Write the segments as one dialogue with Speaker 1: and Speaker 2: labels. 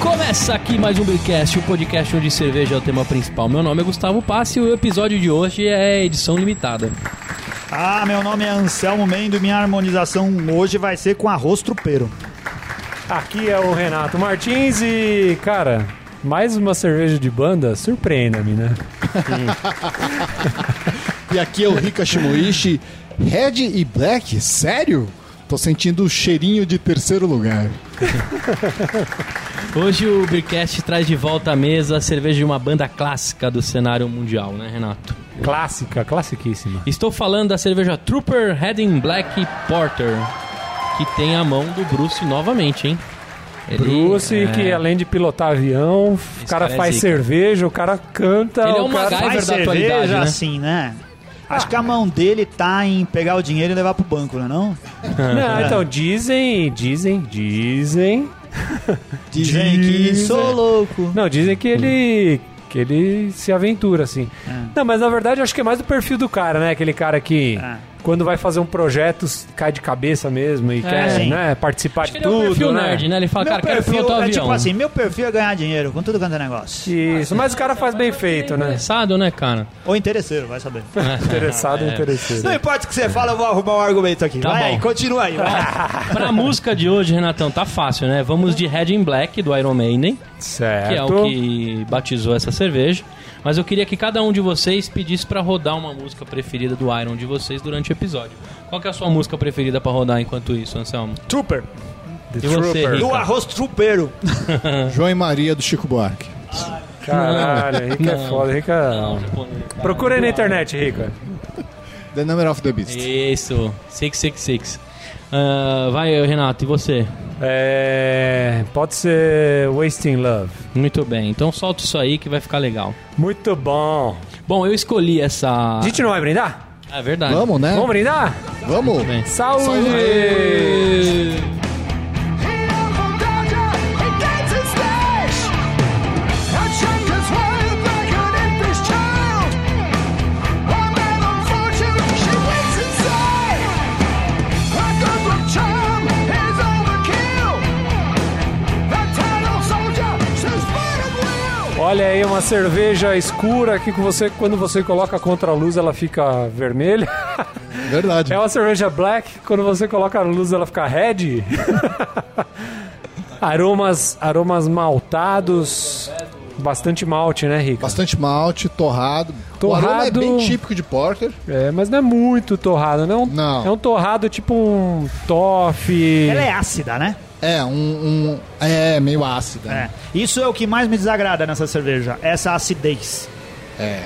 Speaker 1: Começa aqui mais um Bricast, o podcast onde cerveja é o tema principal. Meu nome é Gustavo Passe e o episódio de hoje é edição limitada.
Speaker 2: Ah, meu nome é Anselmo Mendo e minha harmonização hoje vai ser com arroz trupeiro.
Speaker 3: Aqui é o Renato Martins e, cara, mais uma cerveja de banda, surpreenda-me, né?
Speaker 4: E aqui é o Rika Shimoishi. Red e Black? Sério? Tô sentindo o cheirinho de terceiro lugar.
Speaker 1: Hoje o Bricast traz de volta à mesa a cerveja de uma banda clássica do cenário mundial, né, Renato?
Speaker 3: Clássica, classiquíssima.
Speaker 1: Estou falando da cerveja Trooper Red and Black Porter, que tem a mão do Bruce novamente, hein? Ele-
Speaker 3: Bruce,
Speaker 1: é,
Speaker 3: que além de pilotar avião, o cara
Speaker 1: cara é
Speaker 3: faz
Speaker 1: zica.
Speaker 3: cerveja, o cara canta.
Speaker 1: Ele é
Speaker 3: o
Speaker 1: uma
Speaker 3: cara...
Speaker 1: MacGyver
Speaker 2: Faz
Speaker 1: da atualidade,
Speaker 2: cerveja
Speaker 1: né? Ah.
Speaker 2: assim, né? Acho que a mão dele tá em pegar o dinheiro e levar pro banco, não é não?
Speaker 3: Não, então, dizem, dizem, dizem.
Speaker 2: Dizem que
Speaker 3: Dizem.
Speaker 2: sou louco.
Speaker 3: Não, dizem que ele. que ele se aventura, assim. Não, mas na verdade eu acho que é mais do perfil do cara, né? Aquele cara que.
Speaker 1: É.
Speaker 2: Ah.
Speaker 3: Quando vai fazer um projeto, cai de cabeça mesmo e quer
Speaker 2: sim.
Speaker 3: né, participar
Speaker 1: É. Acho que
Speaker 3: de
Speaker 1: ele é o
Speaker 3: tudo.
Speaker 1: perfil
Speaker 3: né?
Speaker 1: nerd, né? Ele fala,
Speaker 2: Meu
Speaker 1: cara, quero
Speaker 2: perfil
Speaker 1: pilotar
Speaker 2: é
Speaker 1: avião.
Speaker 2: tipo assim, meu perfil é ganhar dinheiro com tudo quanto é negócio.
Speaker 3: Isso, mas o cara faz bem feito, né?
Speaker 1: Interessado, né, cara?
Speaker 2: Ou interesseiro, vai saber.
Speaker 1: É,
Speaker 3: Interessado,
Speaker 2: Não
Speaker 3: interessado.
Speaker 2: importa o que você fala, eu vou arrumar um argumento aqui.
Speaker 1: Tá
Speaker 2: vai
Speaker 1: bom.
Speaker 2: aí, continua aí. vai.
Speaker 1: Pra música de hoje, Renatão, tá fácil, né? Vamos de Red and Black, do Iron Maiden,
Speaker 3: Certo.
Speaker 1: que é o que batizou essa cerveja. Mas eu queria que cada um de vocês pedisse pra rodar uma música preferida do Iron de vocês durante o episódio. Qual que é a sua música preferida pra rodar enquanto isso, Anselmo?
Speaker 2: Trooper.
Speaker 1: e você, Rica?
Speaker 2: Do arroz trupeiro.
Speaker 4: João e Maria do Chico Buarque.
Speaker 3: Caralho, Rica
Speaker 1: Não.
Speaker 3: é foda, Rica.
Speaker 1: Não, japonês.
Speaker 3: Procura aí na internet, Rica.
Speaker 4: The Number of the Beast.
Speaker 1: Isso, 666. Ah, vai, Renato, e você?
Speaker 3: É, pode ser Wasting Love.
Speaker 1: Muito bem, então solta isso aí que vai ficar legal.
Speaker 3: Muito bom.
Speaker 1: Bom, eu escolhi essa.
Speaker 3: A gente não vai brindar?
Speaker 1: É verdade.
Speaker 4: Vamos, né?
Speaker 3: Vamos brindar?
Speaker 4: Vamos.
Speaker 1: bem.
Speaker 3: Saúde!
Speaker 1: Eh,
Speaker 3: Olha aí, uma cerveja escura que você, quando você coloca contra a luz, ela fica vermelha.
Speaker 4: Verdade.
Speaker 3: É uma cerveja black, quando você coloca a luz, ela fica red. aromas, aromas maltados. Bastante malte, né, Rica?
Speaker 4: Bastante malte, torrado. O
Speaker 3: Torrado.
Speaker 4: aroma é bem típico de Porter.
Speaker 3: É, mas não é muito torrado, não.
Speaker 4: Não.
Speaker 3: É um torrado tipo um toffee.
Speaker 2: Ela é ácida, né?
Speaker 4: É, um... um- é, meio ácido.
Speaker 2: É. Isso é o que mais me desagrada nessa cerveja. Essa acidez.
Speaker 4: É.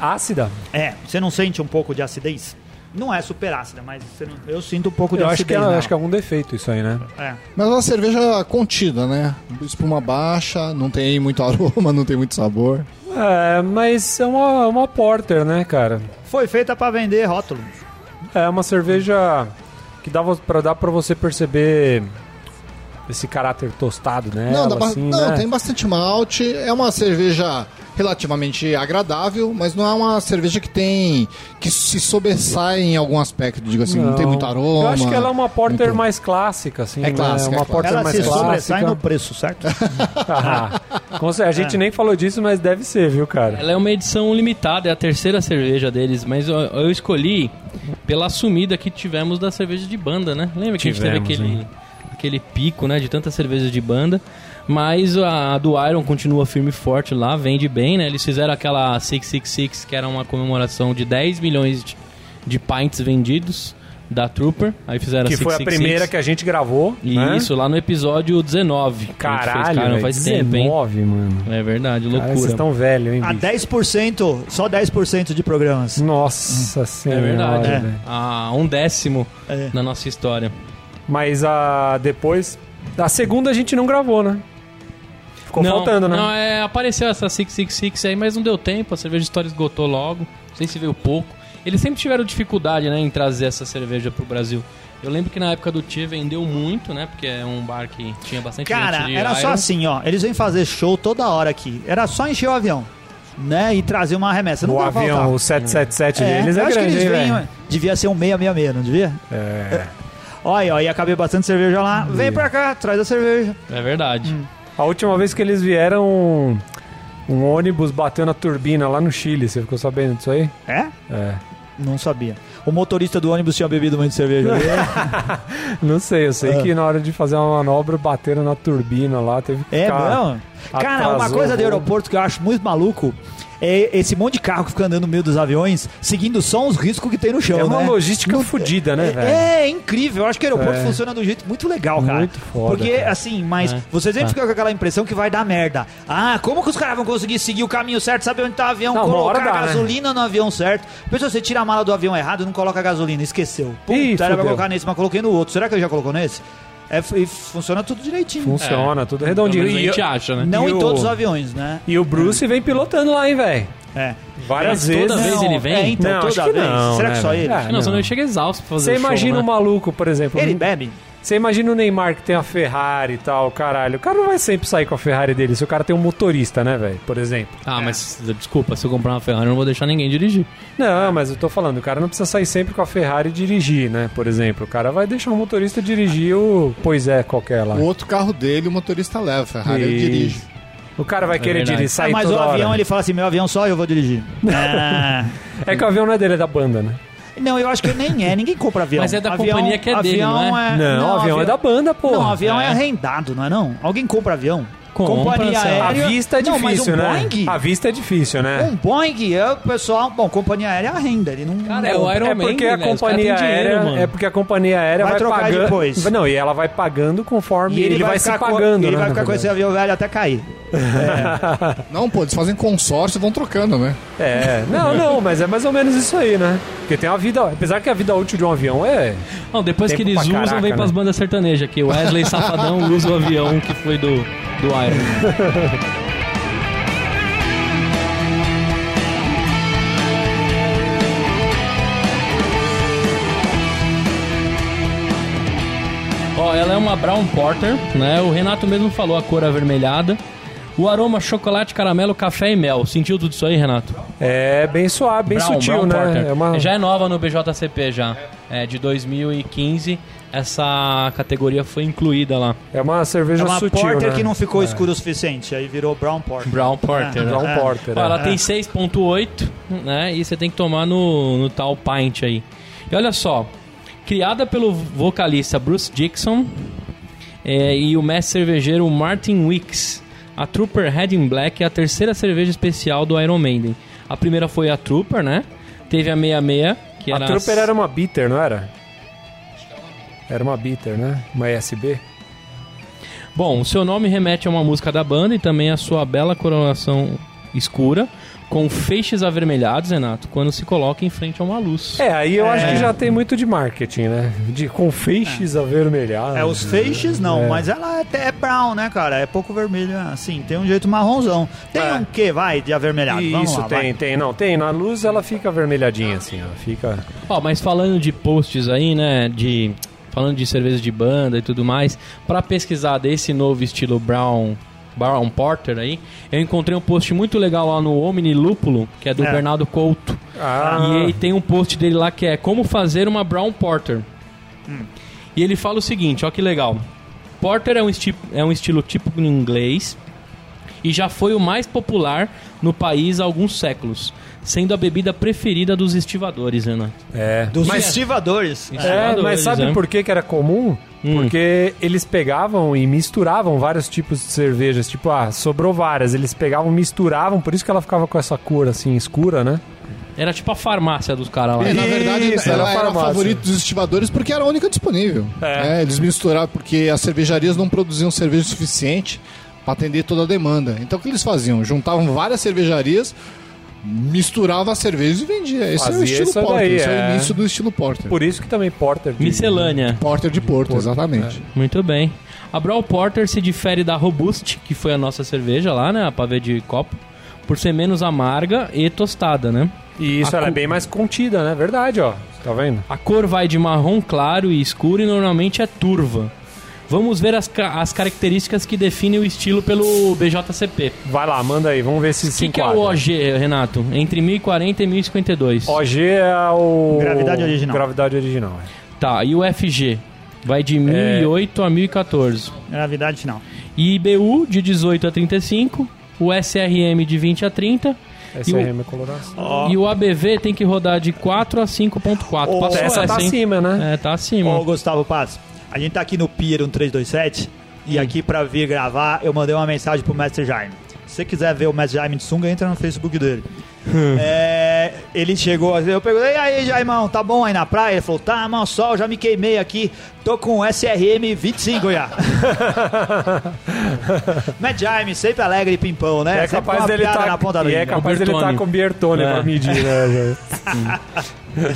Speaker 3: ácida.
Speaker 2: É, você não sente um pouco de acidez? Não é super ácida, mas você não- eu sinto um pouco de
Speaker 3: Eu acho que,
Speaker 2: acidez.
Speaker 3: é,
Speaker 2: não.
Speaker 3: acho que é algum defeito isso aí, né?
Speaker 2: É.
Speaker 4: Mas é uma cerveja contida, né? Espuma baixa, não tem muito aroma, não tem muito sabor.
Speaker 3: É, mas é uma, uma porter, né, cara?
Speaker 2: Foi feita pra vender rótulo.
Speaker 3: É uma cerveja que dá vo- pra dar pra você perceber esse caráter tostado, né?
Speaker 4: Não, dá ba-
Speaker 3: assim,
Speaker 4: não,
Speaker 3: né?
Speaker 4: tem bastante malte. É uma cerveja relativamente agradável, mas não é uma cerveja que tem. que se sobressai em algum aspecto. Digo assim, não, tem muito aroma.
Speaker 3: Eu acho que ela é uma porter
Speaker 4: muito-
Speaker 3: mais clássica, assim.
Speaker 4: É
Speaker 3: né?
Speaker 4: clássica,
Speaker 3: uma
Speaker 4: é
Speaker 3: porter
Speaker 2: Ela
Speaker 3: mais
Speaker 2: se sobressai
Speaker 3: clássica.
Speaker 2: no preço, certo?
Speaker 3: Ah, com cer- a
Speaker 4: É.
Speaker 3: gente nem falou disso, mas deve ser, viu, cara?
Speaker 1: Ela é uma edição limitada, é a terceira cerveja deles, mas eu, eu escolhi pela sumida que tivemos da cerveja de banda, né? Lembra que a gente
Speaker 3: Tivemos,
Speaker 1: teve aquele, aquele pico, né, de tanta cerveja de banda, mas a, a do Iron continua firme e forte lá, vende bem, né? Eles fizeram aquela 666, que era uma comemoração de 10 milhões de, de pints vendidos da Trooper, aí fizeram
Speaker 3: Que foi a
Speaker 1: 666.
Speaker 3: primeira que a gente gravou.
Speaker 1: E
Speaker 3: né?
Speaker 1: Isso, lá no episódio 19. que a gente fez,
Speaker 3: Caralho,
Speaker 1: cara, não
Speaker 3: velho,
Speaker 1: faz tempo, hein?
Speaker 3: 19, mano.
Speaker 1: É verdade,
Speaker 3: Cara, vocês
Speaker 1: loucura.
Speaker 3: estão velhos, hein,
Speaker 2: A
Speaker 3: bicho?
Speaker 2: 10%, só 10% de
Speaker 3: Hum.
Speaker 2: programas.
Speaker 3: Nossa
Speaker 1: É
Speaker 3: senhora.
Speaker 1: verdade.
Speaker 2: Hum, É.
Speaker 3: velho.
Speaker 1: Ah, um décimo
Speaker 2: É.
Speaker 1: na nossa história.
Speaker 3: Mas a depois... A segunda a gente não gravou, né? Ficou
Speaker 1: não,
Speaker 3: faltando, né?
Speaker 1: Não, é, apareceu essa 666 aí, mas não deu tempo. A cerveja história esgotou logo. Não sei se veio pouco. Eles sempre tiveram dificuldade né, em trazer essa cerveja pro Brasil. Eu lembro que na época do Tia vendeu muito, né? Porque é um bar que tinha bastante gente
Speaker 2: Cara,
Speaker 1: de
Speaker 2: era só
Speaker 1: Iron.
Speaker 2: assim, ó. Eles vêm fazer show toda hora aqui. Era só encher o avião, né? E trazer uma remessa. Não
Speaker 3: o
Speaker 2: vai
Speaker 3: avião,
Speaker 2: faltar.
Speaker 3: o 777
Speaker 2: É,
Speaker 3: deles
Speaker 2: eu
Speaker 3: é
Speaker 2: acho
Speaker 3: grande,
Speaker 2: que
Speaker 3: hein,
Speaker 2: eles
Speaker 3: velho?
Speaker 2: vêm, devia ser um 666, não devia?
Speaker 3: É.
Speaker 2: Olha, ó, e acabei bastante cerveja lá. Vem pra cá, traz a cerveja.
Speaker 1: É verdade.
Speaker 3: A última vez que eles vieram, um ônibus bateu na turbina lá no Chile. Você ficou sabendo disso aí?
Speaker 2: É?
Speaker 3: É.
Speaker 2: Não sabia. O motorista do ônibus tinha bebido muito cerveja ali.
Speaker 3: Não sei, eu sei
Speaker 2: Ah.
Speaker 3: que na hora de fazer uma manobra bateram na turbina lá, teve que
Speaker 2: É,
Speaker 3: ficar-
Speaker 2: não? Cara,
Speaker 3: atrasou
Speaker 2: uma coisa
Speaker 3: o
Speaker 2: do
Speaker 3: voo.
Speaker 2: aeroporto que eu acho muito maluco é esse monte de carro que fica andando no meio dos aviões, seguindo só os riscos que tem no chão,
Speaker 3: É uma
Speaker 2: né?
Speaker 3: logística fodida, né, velho?
Speaker 2: É, é incrível. Eu acho que o aeroporto
Speaker 3: É.
Speaker 2: funciona de um jeito muito legal, cara.
Speaker 3: Muito foda,
Speaker 2: Porque,
Speaker 3: cara.
Speaker 2: assim, mas
Speaker 1: É.
Speaker 2: você sempre
Speaker 1: Ah.
Speaker 2: fica com aquela impressão que vai dar merda. Ah, como que os caras vão conseguir seguir o caminho certo, saber onde tá o avião,
Speaker 3: Não, uma
Speaker 2: colocar
Speaker 3: hora dá, né?
Speaker 2: gasolina no avião certo? Pensa, você tira a mala do avião errado e não coloca a gasolina, esqueceu. Puta,
Speaker 3: Ih,
Speaker 2: era pra
Speaker 3: fudeu.
Speaker 2: colocar nesse, mas coloquei no outro. Será que ele já colocou nesse? É, f- e funciona tudo direitinho.
Speaker 3: Funciona, tudo
Speaker 1: É. Pelo
Speaker 3: redondinho.
Speaker 1: menos a
Speaker 3: E,
Speaker 1: gente acha, né?
Speaker 2: Não
Speaker 3: E
Speaker 2: em
Speaker 3: o-
Speaker 2: todos os aviões, né?
Speaker 3: e o Bruce vem pilotando lá, hein, velho?
Speaker 2: É.
Speaker 1: Mas
Speaker 3: Várias vezes.
Speaker 1: toda vez
Speaker 2: Não,
Speaker 1: ele vem?
Speaker 2: É, então,
Speaker 3: Não,
Speaker 2: toda
Speaker 3: acho que
Speaker 2: vez.
Speaker 3: não,
Speaker 2: Será
Speaker 3: né,
Speaker 2: que só
Speaker 3: velho?
Speaker 2: ele?
Speaker 3: Ah,
Speaker 1: Não, senão
Speaker 3: não.
Speaker 1: ele chega exausto pra fazer
Speaker 3: Você
Speaker 1: o show,
Speaker 3: imagina
Speaker 1: né?
Speaker 3: um maluco, por exemplo.
Speaker 2: Ele
Speaker 3: um-
Speaker 2: bebe?
Speaker 3: Você imagina o Neymar que tem a Ferrari e tal, caralho. O cara não vai sempre sair com a Ferrari dele se o cara tem um motorista, né, velho? Por exemplo.
Speaker 1: Ah, mas desculpa, se eu comprar uma Ferrari eu não vou deixar ninguém dirigir.
Speaker 3: Não, mas eu tô falando, o cara não precisa sair sempre com a Ferrari e dirigir, né? Por exemplo. O cara vai deixar o motorista dirigir o. Pois é, qualquer lá.
Speaker 4: O outro carro dele, o motorista leva, a Ferrari ele
Speaker 3: Isso.
Speaker 4: dirige.
Speaker 3: O cara vai querer
Speaker 1: verdade.
Speaker 3: dirigir, sair
Speaker 2: Ah, mas
Speaker 3: toda
Speaker 2: o avião,
Speaker 3: hora.
Speaker 2: ele fala assim, meu avião só eu vou dirigir. Ah,
Speaker 3: É que o avião não é dele, é da banda, né?
Speaker 2: não, eu acho que nem é. Ninguém compra avião.
Speaker 1: Mas é da
Speaker 2: avião,
Speaker 1: companhia que é dele,
Speaker 2: Ah, avião
Speaker 1: não é?
Speaker 3: Não, o avião, é da né? banda, pô.
Speaker 2: Não, avião é.
Speaker 1: É.
Speaker 2: arrendado, não é não? Alguém compra avião?
Speaker 1: Compra,
Speaker 2: companhia
Speaker 1: Sam.
Speaker 3: A
Speaker 2: aérea...
Speaker 3: vista é
Speaker 2: Não, mas
Speaker 3: difícil,
Speaker 2: um
Speaker 3: né?
Speaker 2: Boeing?
Speaker 3: A vista é difícil, né?
Speaker 2: Um Boeing, é o pessoal... Bom, companhia aérea arrenda, ele não...
Speaker 1: Cara, é
Speaker 2: não
Speaker 1: o Iron
Speaker 3: É
Speaker 1: Man,
Speaker 3: porque,
Speaker 1: né?
Speaker 3: a
Speaker 1: Os caras têm
Speaker 3: companhia
Speaker 1: dinheiro,
Speaker 3: aérea,
Speaker 1: mano.
Speaker 3: é porque a companhia aérea
Speaker 2: Vai
Speaker 3: vai,
Speaker 2: trocar
Speaker 3: pagando.
Speaker 2: depois.
Speaker 3: Não, e ela vai pagando conforme ele, vai se
Speaker 2: ficar com-
Speaker 3: pagando.
Speaker 2: Ele
Speaker 3: né,
Speaker 2: vai
Speaker 3: na
Speaker 2: ficar com esse
Speaker 3: verdade.
Speaker 2: avião velho até cair.
Speaker 4: Não, pô, eles fazem consórcio e vão trocando, né?
Speaker 3: É, não, não, mas é mais ou menos isso aí, né? Porque tem uma vida. Apesar que a vida útil de um avião é.
Speaker 1: Não, depois
Speaker 3: Tempo
Speaker 1: que eles
Speaker 3: pra
Speaker 1: usam,
Speaker 3: caraca,
Speaker 1: vem pras
Speaker 3: né?
Speaker 1: bandas sertanejas, que o Wesley Safadão usa o avião que foi do, do Iron. Man. Ó, ela é uma Brown Porter, né? O Renato mesmo falou a cor avermelhada. O aroma chocolate, caramelo, café e mel. Sentiu tudo isso aí, Renato?
Speaker 3: É bem suave, bem
Speaker 1: Brown,
Speaker 3: sutil,
Speaker 1: Brown
Speaker 3: né?
Speaker 1: um Porter.
Speaker 3: É uma-
Speaker 1: Já é nova no BJCP já. É de 2015. Essa categoria foi incluída lá.
Speaker 3: É uma cerveja
Speaker 2: É uma
Speaker 3: sutil.
Speaker 2: Porter
Speaker 3: né?
Speaker 2: que não ficou escuro o suficiente, aí virou Brown Porter.
Speaker 1: Brown Porter. né?
Speaker 3: Brown
Speaker 2: É.
Speaker 3: Porter.
Speaker 1: Ó, ela
Speaker 3: né?
Speaker 1: tem 6.8, né? E você tem que tomar no, no tal pint aí. E olha só, criada pelo vocalista Bruce Dixon é, e o mestre cervejeiro Martin Wicks, a Trooper Red in Black é a terceira cerveja especial do Iron Maiden. A primeira foi a Trooper, né? Teve a 66, que
Speaker 3: A
Speaker 1: era...
Speaker 3: Trooper era uma bitter, não era? Era uma bitter, né? Uma ESB.
Speaker 1: Bom, o seu nome remete a uma música da banda e também a sua bela coroação escura, com feixes avermelhados, Renato, quando se coloca em frente a uma luz.
Speaker 3: É, aí eu acho
Speaker 2: É.
Speaker 3: que já tem muito de marketing, né? De, com feixes avermelhados.
Speaker 2: É, os feixes não,
Speaker 3: É.
Speaker 2: mas ela é, até é brown, né, cara? É pouco vermelho, assim, tem um jeito marronzão. Tem
Speaker 3: É.
Speaker 2: um que vai de avermelhado, vamos
Speaker 3: Isso,
Speaker 2: lá,
Speaker 3: tem,
Speaker 2: vai.
Speaker 3: tem. Não, tem. Na luz ela fica avermelhadinha, assim, ó. Fica...
Speaker 1: Ó, mas falando de posts aí, né, de falando de cerveja de banda e tudo mais, pra pesquisar desse novo estilo brown Brown Porter aí, eu encontrei um post muito legal lá no Omni Lúpulo, que é do
Speaker 2: É.
Speaker 1: Bernardo Couto.
Speaker 3: Ah,
Speaker 1: E
Speaker 2: Ah.
Speaker 1: aí tem um post dele lá que é como fazer uma Brown Porter.
Speaker 3: Hum.
Speaker 1: E ele fala o seguinte, ó que legal. Porter é um, esti- é um estilo típico inglês e já foi o mais popular no país há alguns séculos, sendo a bebida preferida dos estivadores, Renan.
Speaker 3: É.
Speaker 2: Dos
Speaker 1: Mas-
Speaker 2: estivadores.
Speaker 1: Isso.
Speaker 3: É,
Speaker 1: Estivadores,
Speaker 3: mas sabe
Speaker 1: né?
Speaker 3: por que, que era comum?
Speaker 1: Hum.
Speaker 3: Porque eles pegavam e misturavam vários tipos de cervejas. Tipo, ah, sobrou várias. Eles pegavam, misturavam, por isso que ela ficava com essa cor assim escura, né?
Speaker 1: Era tipo a farmácia dos caras lá.
Speaker 4: É, na verdade,
Speaker 3: Isso,
Speaker 4: ela
Speaker 3: era
Speaker 4: era a
Speaker 3: farmácia.
Speaker 4: favorita dos estivadores porque era a única disponível. É, eles misturavam porque as cervejarias não produziam cerveja suficiente para atender toda a demanda. Então o que eles faziam? Juntavam várias cervejarias, misturavam as cervejas e vendia. Esse é o
Speaker 3: Fazia
Speaker 4: estilo
Speaker 3: isso
Speaker 4: Porter,
Speaker 3: daí,
Speaker 4: esse é
Speaker 3: é.
Speaker 4: o início do estilo Porter.
Speaker 3: Por isso que também Porter. de-
Speaker 1: Miscelânea.
Speaker 4: Porter de Porto, exatamente.
Speaker 3: é.
Speaker 1: Muito bem. A Brawl Porter se difere da Robust, que foi a nossa cerveja lá, né? A pavê de copo. Por ser menos amarga e tostada, né?
Speaker 3: E isso
Speaker 1: A
Speaker 3: ela é
Speaker 1: cu-
Speaker 3: bem mais contida, né? Verdade, ó. Tá vendo?
Speaker 1: A cor vai de marrom claro e escuro e normalmente é turva. Vamos ver as, ca- as características que definem o estilo pelo BJCP.
Speaker 3: Vai lá, manda aí. Vamos ver se
Speaker 1: O
Speaker 3: se
Speaker 1: que, que é o
Speaker 3: enquadra.
Speaker 1: OG, Renato? Entre 1040 e 1052.
Speaker 3: OG é o...
Speaker 2: Gravidade original.
Speaker 3: Gravidade original, é.
Speaker 1: Tá, e o FG? Vai de 1008 a 1014.
Speaker 2: é Gravidade final.
Speaker 1: E IBU de 18 a 35, o SRM de 20 a 30
Speaker 3: SRM é coloração.
Speaker 1: e o ABV tem que rodar de 4 a 5.4.
Speaker 2: Ô,
Speaker 1: Passou
Speaker 3: Essa tá
Speaker 1: hein?
Speaker 3: acima, né?
Speaker 1: É, tá acima.
Speaker 2: Ô, Gustavo Paz, a gente tá aqui no Pier 1327
Speaker 3: Hum.
Speaker 2: e aqui pra vir gravar eu mandei uma mensagem pro Mestre Jaime. Se você quiser ver o Mestre Jaime de sunga, entra no Facebook dele.
Speaker 3: Hum.
Speaker 2: É, ele chegou, assim, eu perguntei, e aí, Jaimão, tá bom aí na praia? Ele falou, tá, mano, sol, já me queimei aqui, tô com SRM 25 já. Mestre Jaime, sempre alegre e pimpão, né?
Speaker 3: É
Speaker 2: Sempre
Speaker 3: capaz
Speaker 2: uma
Speaker 3: dele
Speaker 2: piada
Speaker 3: tá,
Speaker 2: na ponta da
Speaker 3: e é
Speaker 2: língua.
Speaker 3: capaz dele tá
Speaker 1: Bertone.
Speaker 3: com o Bertone
Speaker 1: É.
Speaker 3: pra medir, né, velho?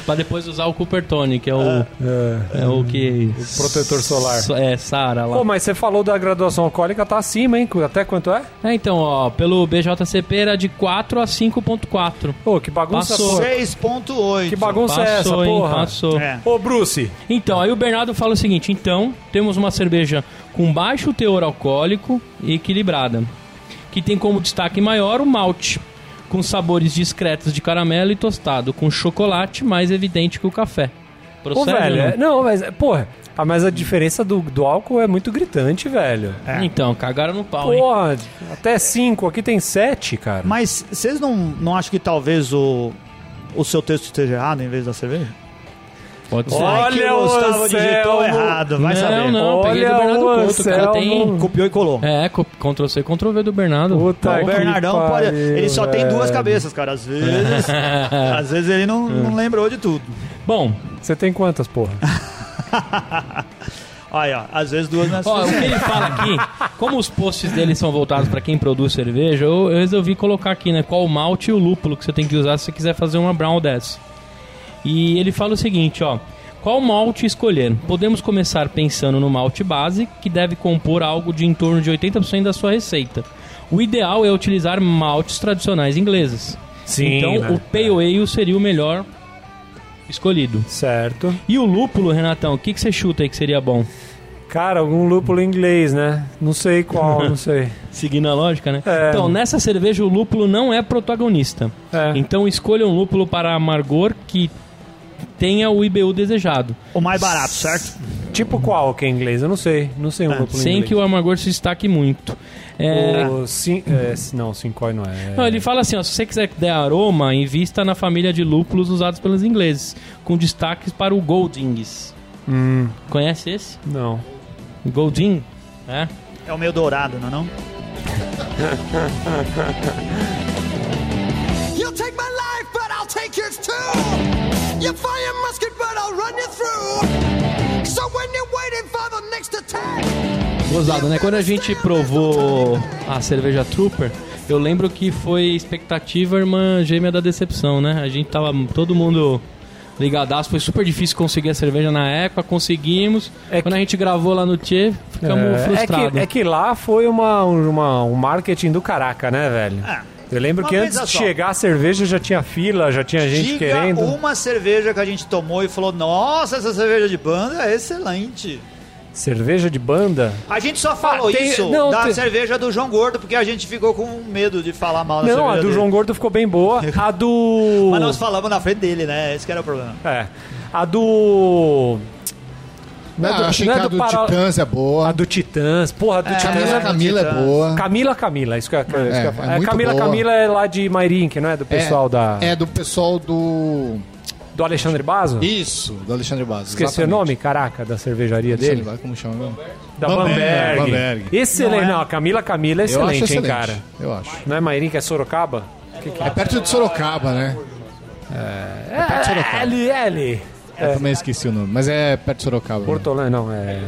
Speaker 1: Pra depois usar o Cupertone, que é o,
Speaker 3: É.
Speaker 1: é o que...
Speaker 3: protetor solar.
Speaker 1: S- É, Sara lá.
Speaker 3: Pô, mas você falou da graduação alcoólica, tá acima, hein? Até quanto é?
Speaker 1: É, então, ó, pelo BJCP era de 4 a 5.4.
Speaker 3: Pô, que bagunça,
Speaker 1: Passou.
Speaker 3: porra.
Speaker 2: 6.8.
Speaker 3: Que bagunça é essa,
Speaker 1: Passou, hein,
Speaker 3: porra?
Speaker 1: passou.
Speaker 2: É.
Speaker 3: Ô, Bruce,
Speaker 1: Então, aí o Bernardo fala o seguinte: então, temos uma cerveja com baixo teor alcoólico e equilibrada, que tem como destaque maior o malte, com sabores discretos de caramelo e tostado, com chocolate mais evidente que o café.
Speaker 3: Ô,
Speaker 1: Procede
Speaker 3: velho,
Speaker 1: ou
Speaker 3: é- não, mas, porra, ah, mas a diferença do, do álcool é muito gritante, velho.
Speaker 1: não? Então, cagaram no pau, hein?
Speaker 3: Porra, até 5, aqui tem 7, cara.
Speaker 2: Mas vocês não, não acham que talvez o, o seu texto esteja errado em vez da cerveja?
Speaker 1: Pode ser.
Speaker 3: Olha
Speaker 2: Vai que
Speaker 3: o
Speaker 2: o Gustavo digitou
Speaker 3: Anselmo.
Speaker 2: errado, vai
Speaker 1: não,
Speaker 2: saber.
Speaker 1: não, peguei do
Speaker 3: Olha
Speaker 1: Bernardo
Speaker 3: o
Speaker 1: Couto, cara. Tem.
Speaker 3: Anselmo.
Speaker 2: Copiou e colou.
Speaker 1: É, co- Ctrl C, Ctrl V do Bernardo.
Speaker 3: Puta
Speaker 2: O
Speaker 3: que
Speaker 2: Bernardão
Speaker 3: pariu,
Speaker 2: pode. Ele só tem duas
Speaker 3: velho.
Speaker 2: cabeças, cara. Às vezes. às vezes ele não, não lembrou de tudo.
Speaker 1: Bom,
Speaker 3: Você tem quantas, porra?
Speaker 2: Olha, ó, às vezes duas não é
Speaker 1: Ó, o que
Speaker 2: suficiente.
Speaker 1: ele fala aqui, como os posts dele são voltados pra quem produz cerveja, eu, eu resolvi colocar aqui, né, qual o malte e o lúpulo que você tem que usar se você quiser fazer uma brown dessa. E ele fala o seguinte, ó, qual malte escolher? Podemos começar pensando no malte base, que deve compor algo de em torno de 80% da sua receita. O ideal é utilizar maltes tradicionais ingleses.
Speaker 3: Sim,
Speaker 1: então,
Speaker 3: né?
Speaker 1: o pale ale seria o melhor escolhido.
Speaker 3: Certo.
Speaker 1: E o lúpulo, Renatão, o que, que você chuta aí que seria bom?
Speaker 3: Cara, algum lúpulo inglês, né? Não sei qual, não sei.
Speaker 1: Seguindo a lógica, né?
Speaker 3: É.
Speaker 1: Então, nessa cerveja o lúpulo não é protagonista.
Speaker 3: É.
Speaker 1: Então escolha um lúpulo para amargor que tenha o IBU desejado,
Speaker 2: O mais barato, certo?
Speaker 3: Tipo qual que é inglês? Eu não sei. Não sei um lúpulo
Speaker 1: Ah, sem
Speaker 3: inglês.
Speaker 1: que o amargor se destaque muito. É,
Speaker 3: O cin- é, c- não, Sincói não é.
Speaker 1: não, ele fala assim, ó, se você quiser dar aroma, invista na família de lúpulos usados pelos ingleses, com destaques para o Goldings.
Speaker 3: Hum,
Speaker 1: Conhece esse?
Speaker 3: não.
Speaker 1: Golding? É.
Speaker 2: É o meio dourado, não é não?
Speaker 5: You'll take my life, but I'll take yours too. You fire a musket, but I'll run you through. So when you're waiting for the next attack.
Speaker 1: Gozado, né? Quando a gente provou a cerveja Trooper, eu lembro que foi expectativa irmã gêmea da decepção, né? A gente tava todo mundo ligadaço, foi super difícil conseguir a cerveja na época, conseguimos.
Speaker 3: É
Speaker 1: Quando a gente gravou lá no Tchê, ficamos
Speaker 3: É, é,
Speaker 1: frustrados. né?
Speaker 3: que, é que lá foi uma, uma- um marketing do caraca, né, velho?
Speaker 2: É.
Speaker 3: Eu lembro
Speaker 2: Mas
Speaker 3: que antes
Speaker 2: pensa
Speaker 3: de
Speaker 2: só.
Speaker 3: chegar a cerveja já tinha fila, já tinha gente
Speaker 2: Diga um-
Speaker 3: querendo.
Speaker 2: uma cerveja que a gente tomou e falou: Nossa, essa cerveja de banda é excelente.
Speaker 3: Cerveja de banda?
Speaker 2: A gente só falou
Speaker 3: Ah, tem-
Speaker 2: isso
Speaker 3: não,
Speaker 2: da
Speaker 3: tem-
Speaker 2: cerveja do João Gordo, porque a gente ficou com medo de falar mal da
Speaker 3: não,
Speaker 2: cerveja
Speaker 3: a do
Speaker 2: dele.
Speaker 3: João Gordo ficou bem boa. A do.
Speaker 2: Mas nós falamos na frente dele, né? Esse que era o problema.
Speaker 3: É. A do.
Speaker 4: Não,
Speaker 3: é do-
Speaker 4: eu achei
Speaker 3: não é
Speaker 4: Ah, que a
Speaker 3: do
Speaker 4: do
Speaker 3: Pará-
Speaker 4: Titãs é boa.
Speaker 3: A do Titãs. Porra, a do Titãs.
Speaker 4: Camila
Speaker 2: é,
Speaker 4: Camila é
Speaker 2: Titãs.
Speaker 4: boa.
Speaker 3: Camila Camila, isso que, é, isso que eu ia
Speaker 4: é
Speaker 3: falar. É,
Speaker 4: muito
Speaker 3: Camila
Speaker 4: boa.
Speaker 3: Camila é lá de Mairink, não é? Do pessoal
Speaker 4: é,
Speaker 3: da.
Speaker 4: É do pessoal do.
Speaker 3: Do Alexandre Basso?
Speaker 4: Isso, do Alexandre Basso.
Speaker 3: Esqueci o
Speaker 4: exatamente.
Speaker 3: nome, caraca, da cervejaria
Speaker 4: Alexandre
Speaker 3: dele.
Speaker 4: Basso, como chama mesmo?
Speaker 3: Da
Speaker 4: Bamberg.
Speaker 3: Bamberg.
Speaker 4: Bamberg.
Speaker 3: Excelente.
Speaker 2: Não é?
Speaker 3: Não, a Camila Camila é
Speaker 4: Eu
Speaker 3: excelente,
Speaker 4: acho excelente.
Speaker 3: hein, cara.
Speaker 4: Eu acho.
Speaker 3: Não é Mairink, é Sorocaba?
Speaker 4: É perto de Sorocaba, né?
Speaker 3: É,
Speaker 4: perto de Sorocaba.
Speaker 3: LL.
Speaker 4: Eu também esqueci o nome, mas é perto de Sorocaba. né?
Speaker 3: Portolã, não, é.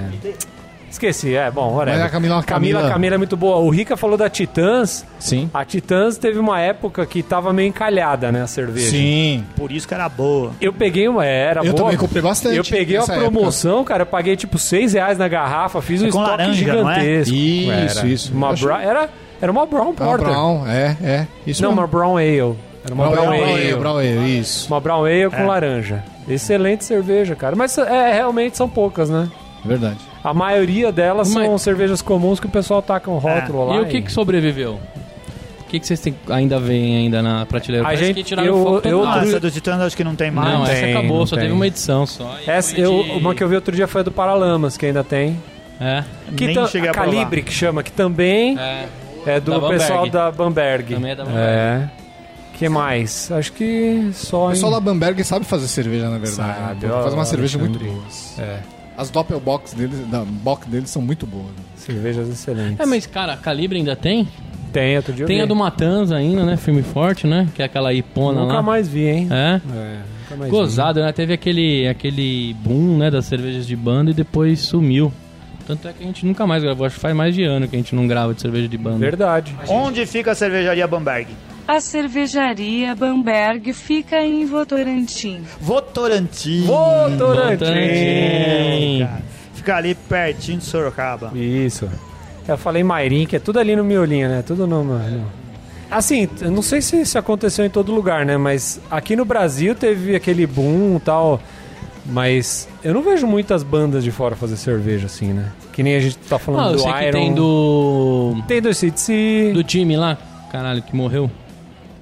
Speaker 3: Esqueci, é bom, whatever.
Speaker 4: Mas a Camila-
Speaker 3: Camila
Speaker 4: Camila-
Speaker 3: Camila é muito boa. O Rica falou da Titãs.
Speaker 4: Sim.
Speaker 3: A Titãs teve uma época que tava meio encalhada, né, a cerveja.
Speaker 4: Sim.
Speaker 2: Por isso que era boa.
Speaker 3: Eu peguei uma. Era
Speaker 4: Eu
Speaker 3: boa.
Speaker 4: também comprei bastante
Speaker 3: Tá Eu peguei uma
Speaker 4: nessa época.
Speaker 3: promoção, cara. Eu paguei tipo 6 reais na garrafa, fiz um
Speaker 2: com
Speaker 3: estoque
Speaker 2: laranja, não é?
Speaker 3: gigantesco.
Speaker 4: Isso,
Speaker 3: Era.
Speaker 4: isso.
Speaker 3: Uma
Speaker 4: Eu achei-
Speaker 3: bra- era, era uma Brown
Speaker 4: É uma
Speaker 3: Porter.
Speaker 4: Brown, é, é. Isso
Speaker 3: Não,
Speaker 4: mesmo.
Speaker 3: uma Brown Ale. Era uma Brown, Ale.
Speaker 4: Brown Ale, isso.
Speaker 3: Uma Brown Ale com laranja. Excelente cerveja, cara. Mas é, realmente são poucas, né?
Speaker 4: É Verdade.
Speaker 3: A maioria delas
Speaker 1: Mas-
Speaker 3: são cervejas comuns que o pessoal taca um rótulo lá.
Speaker 1: E o que, que sobreviveu? O que, que vocês têm- ainda veem ainda na prateleira?
Speaker 3: A
Speaker 1: Parece
Speaker 3: gente-
Speaker 1: que tiraram
Speaker 3: eu-
Speaker 1: o foco
Speaker 3: eu-
Speaker 1: total.
Speaker 2: Ah,
Speaker 3: Outro-
Speaker 2: essa do Titãs acho que não tem mais.
Speaker 1: Não,
Speaker 3: Não é.
Speaker 1: essa
Speaker 3: tem,
Speaker 1: acabou,
Speaker 3: não
Speaker 1: só
Speaker 3: tem.
Speaker 1: teve uma edição só. e
Speaker 3: é Essa,
Speaker 1: foi
Speaker 3: eu,
Speaker 1: de-
Speaker 3: uma que eu vi outro dia foi a do Paralamas, que ainda tem.
Speaker 1: É.
Speaker 3: Que
Speaker 2: Nem
Speaker 3: ta-
Speaker 2: cheguei a provar.
Speaker 3: Calibre, que chama, que também
Speaker 1: É.
Speaker 3: é do
Speaker 1: Da Bamberg.
Speaker 3: pessoal da Bamberg.
Speaker 1: Também é da Bamberg.
Speaker 3: É. que mais? Acho que só...
Speaker 4: O
Speaker 3: hein?
Speaker 4: pessoal da Bamberg sabe fazer cerveja, na verdade.
Speaker 3: Sabe,
Speaker 4: né?
Speaker 3: ó,
Speaker 4: Faz uma
Speaker 3: ó,
Speaker 4: cerveja muito
Speaker 3: Alexandre.
Speaker 4: boa.
Speaker 3: É,
Speaker 4: As Doppelbox deles, da box deles são muito boas. né?
Speaker 3: cervejas excelentes.
Speaker 1: É, mas cara, Calibre ainda tem?
Speaker 3: Tem, outro dia eu
Speaker 1: Tem a
Speaker 3: vi.
Speaker 1: do Matanza ainda, né? Filme forte, né? Que é aquela hipona
Speaker 3: Nunca
Speaker 1: lá.
Speaker 3: mais vi, hein?
Speaker 1: É.
Speaker 3: É, nunca mais vi.
Speaker 1: Gozado, né? Teve aquele, aquele boom, né, das cervejas de banda e depois sumiu. Tanto é que a gente nunca mais gravou, acho que faz mais de ano que a gente não grava de cerveja de banda.
Speaker 3: Verdade.
Speaker 2: Onde fica a cervejaria Bamberg?
Speaker 6: A cervejaria Bamberg fica em Votorantim.
Speaker 2: Votorantim.
Speaker 1: Votorantim.
Speaker 2: Cara, Fica ali pertinho de Sorocaba.
Speaker 3: Isso. Eu falei Mairim, que é tudo ali no miolinho, né? Tudo no. no- no- Assim, eu não sei se isso aconteceu em todo lugar, né? Mas aqui no Brasil teve aquele boom e tal. Mas eu não vejo muitas bandas de fora fazer cerveja assim, né? Que nem a gente tá
Speaker 1: Ah,
Speaker 3: falando
Speaker 1: eu
Speaker 3: do
Speaker 1: sei
Speaker 3: Iron.
Speaker 1: que tem do.
Speaker 3: Tem do CDC.
Speaker 1: Do time lá, caralho, que morreu.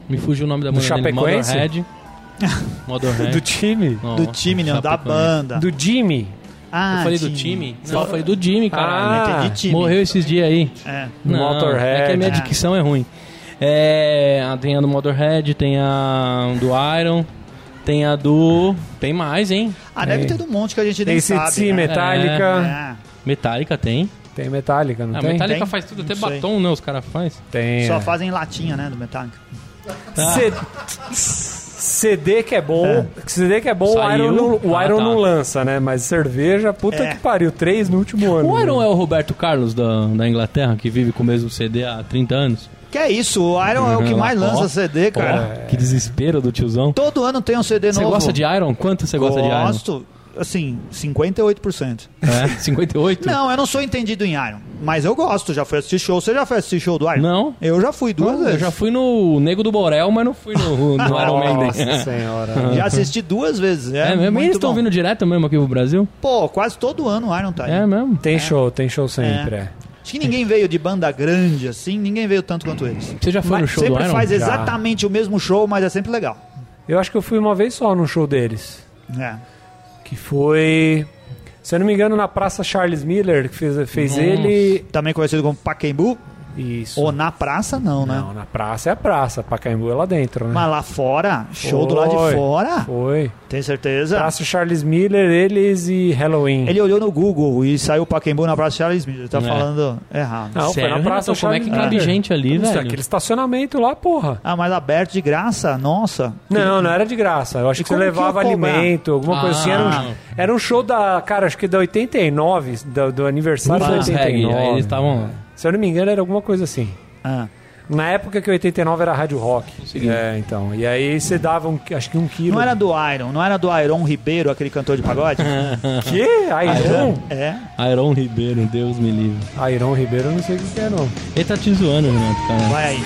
Speaker 1: Me fugiu o nome da
Speaker 3: Do
Speaker 1: banda dele.
Speaker 3: Chapecoense?
Speaker 1: Motorhead. Motorhead.
Speaker 3: do time.
Speaker 1: Não,
Speaker 2: Do time, não, da
Speaker 1: Chapecoense.
Speaker 2: banda.
Speaker 3: Do Jimmy.
Speaker 2: Ah,
Speaker 1: Eu falei do time? Não,
Speaker 2: Só-
Speaker 1: eu falei do time, caralho.
Speaker 3: Ah,
Speaker 2: entendi time.
Speaker 1: Morreu esses dias aí.
Speaker 2: É.
Speaker 1: Não,
Speaker 3: Motorhead.
Speaker 1: É que a minha dicção é ruim. É, a- tem a do Motorhead, tem a do Iron, tem a do. Tem mais, hein?
Speaker 2: Ah,
Speaker 3: É.
Speaker 2: deve ter um monte que a gente nem
Speaker 3: Tem
Speaker 2: sabe.
Speaker 3: CDC,
Speaker 2: né?
Speaker 3: Metallica.
Speaker 2: É.
Speaker 1: Metallica tem.
Speaker 3: Tem Metallica, não
Speaker 1: A
Speaker 3: tem?
Speaker 1: É, Metallica
Speaker 2: Tem?
Speaker 1: faz tudo, até
Speaker 2: Não sei.
Speaker 1: batom, né? Os caras fazem.
Speaker 3: Tem.
Speaker 2: Só
Speaker 3: é.
Speaker 2: fazem latinha, né, do Metallica.
Speaker 1: Ah. Tá.
Speaker 3: C- CD que é bom, CD que é bom, o
Speaker 1: Saiu.
Speaker 3: Iron, não, o
Speaker 1: Ah,
Speaker 3: Iron
Speaker 1: tá.
Speaker 3: não lança, né? Mas cerveja, puta
Speaker 2: É.
Speaker 3: que pariu, três no último ano.
Speaker 1: O Iron
Speaker 3: né?
Speaker 1: é o Roberto Carlos da, da Inglaterra, que vive com o mesmo CD há 30 anos.
Speaker 2: Que é isso, o Iron é o que
Speaker 1: Uhum,
Speaker 2: mais
Speaker 1: ó,
Speaker 2: lança CD, cara.
Speaker 1: Ó, que desespero do tiozão. Tá
Speaker 2: Todo ano tem um CD
Speaker 1: Você
Speaker 2: novo.
Speaker 1: gosta de Iron? Quanto você gosta de
Speaker 2: Gosto, assim, 58%.
Speaker 1: Iron? É, 58?
Speaker 2: Não, eu não sou entendido em Iron, mas eu gosto, já fui assistir show. Você já foi assistir show do Iron?
Speaker 1: Não.
Speaker 2: Eu já fui duas
Speaker 1: Eu
Speaker 2: vezes.
Speaker 1: já fui no Nego do Borel, mas não fui no, no Iron
Speaker 3: Nossa
Speaker 1: Maiden.
Speaker 3: senhora.
Speaker 2: Já assisti duas vezes. É,
Speaker 1: É mesmo?
Speaker 2: muito
Speaker 1: Eles estão
Speaker 2: bom.
Speaker 1: vindo direto mesmo aqui pro Brasil?
Speaker 2: Pô, quase todo ano o Iron tá aí.
Speaker 1: É mesmo?
Speaker 3: Tem show, tem show sempre.
Speaker 2: É.
Speaker 3: é.
Speaker 2: Acho que ninguém veio de banda grande assim, ninguém veio tanto quanto eles.
Speaker 1: Você já foi no
Speaker 2: Mas
Speaker 1: show do
Speaker 2: sempre
Speaker 1: Iron?
Speaker 2: faz
Speaker 3: Já.
Speaker 2: exatamente o mesmo show, mas é sempre legal.
Speaker 3: Eu acho que eu fui uma vez só num show deles,
Speaker 2: É.
Speaker 3: que foi, se eu não me engano, na Praça Charles Miller, que fez, fez
Speaker 1: Nossa.
Speaker 3: ele.
Speaker 2: Também conhecido como Pacaembu,
Speaker 3: Isso.
Speaker 2: ou na praça não, né?
Speaker 3: Não, na praça é a praça, Pacaembu é lá dentro, né?
Speaker 2: Mas lá fora, show do lado
Speaker 3: Foi.
Speaker 2: de fora,
Speaker 3: Foi.
Speaker 2: tem certeza?
Speaker 3: Praça Charles Miller, eles e Halloween.
Speaker 2: Tá. Ele olhou no Google e saiu Pacaembu na praça Charles Miller. Tá
Speaker 1: É.
Speaker 2: falando errado.
Speaker 3: Não, foi
Speaker 1: Sério,
Speaker 3: na Praça "Ah,
Speaker 1: Renato, como é que
Speaker 3: Charles
Speaker 1: cabe
Speaker 3: Miller.
Speaker 1: gente ali,
Speaker 3: Nossa,
Speaker 1: velho?
Speaker 3: Aquele estacionamento lá, porra.
Speaker 2: Ah, mas aberto de graça? Nossa.
Speaker 3: Não, não era de graça. Eu acho
Speaker 2: E
Speaker 3: que você
Speaker 2: como que
Speaker 3: levava
Speaker 2: ia cobrar?
Speaker 3: alimento, alguma coisa
Speaker 1: Ah.
Speaker 3: assim. Era um, era um show da, cara, acho que da 89, do, do aniversário da
Speaker 1: Ufa, reggae,
Speaker 3: 89.
Speaker 1: aí eles estavam...
Speaker 3: Se eu não me engano, era alguma coisa assim.
Speaker 2: Ah.
Speaker 3: Na época que 89 era rádio rock. É, então. E aí você dava, um, acho que um quilo.
Speaker 2: Não era do Iron, não era do Iron Ribeiro, aquele cantor de pagode?
Speaker 3: Quê? Iron?
Speaker 2: é.
Speaker 1: Iron Ribeiro, Deus me livre.
Speaker 3: Iron Ribeiro, eu não sei o que que é, não.
Speaker 1: Ele tá te zoando, Renato, cara.
Speaker 2: Vai aí.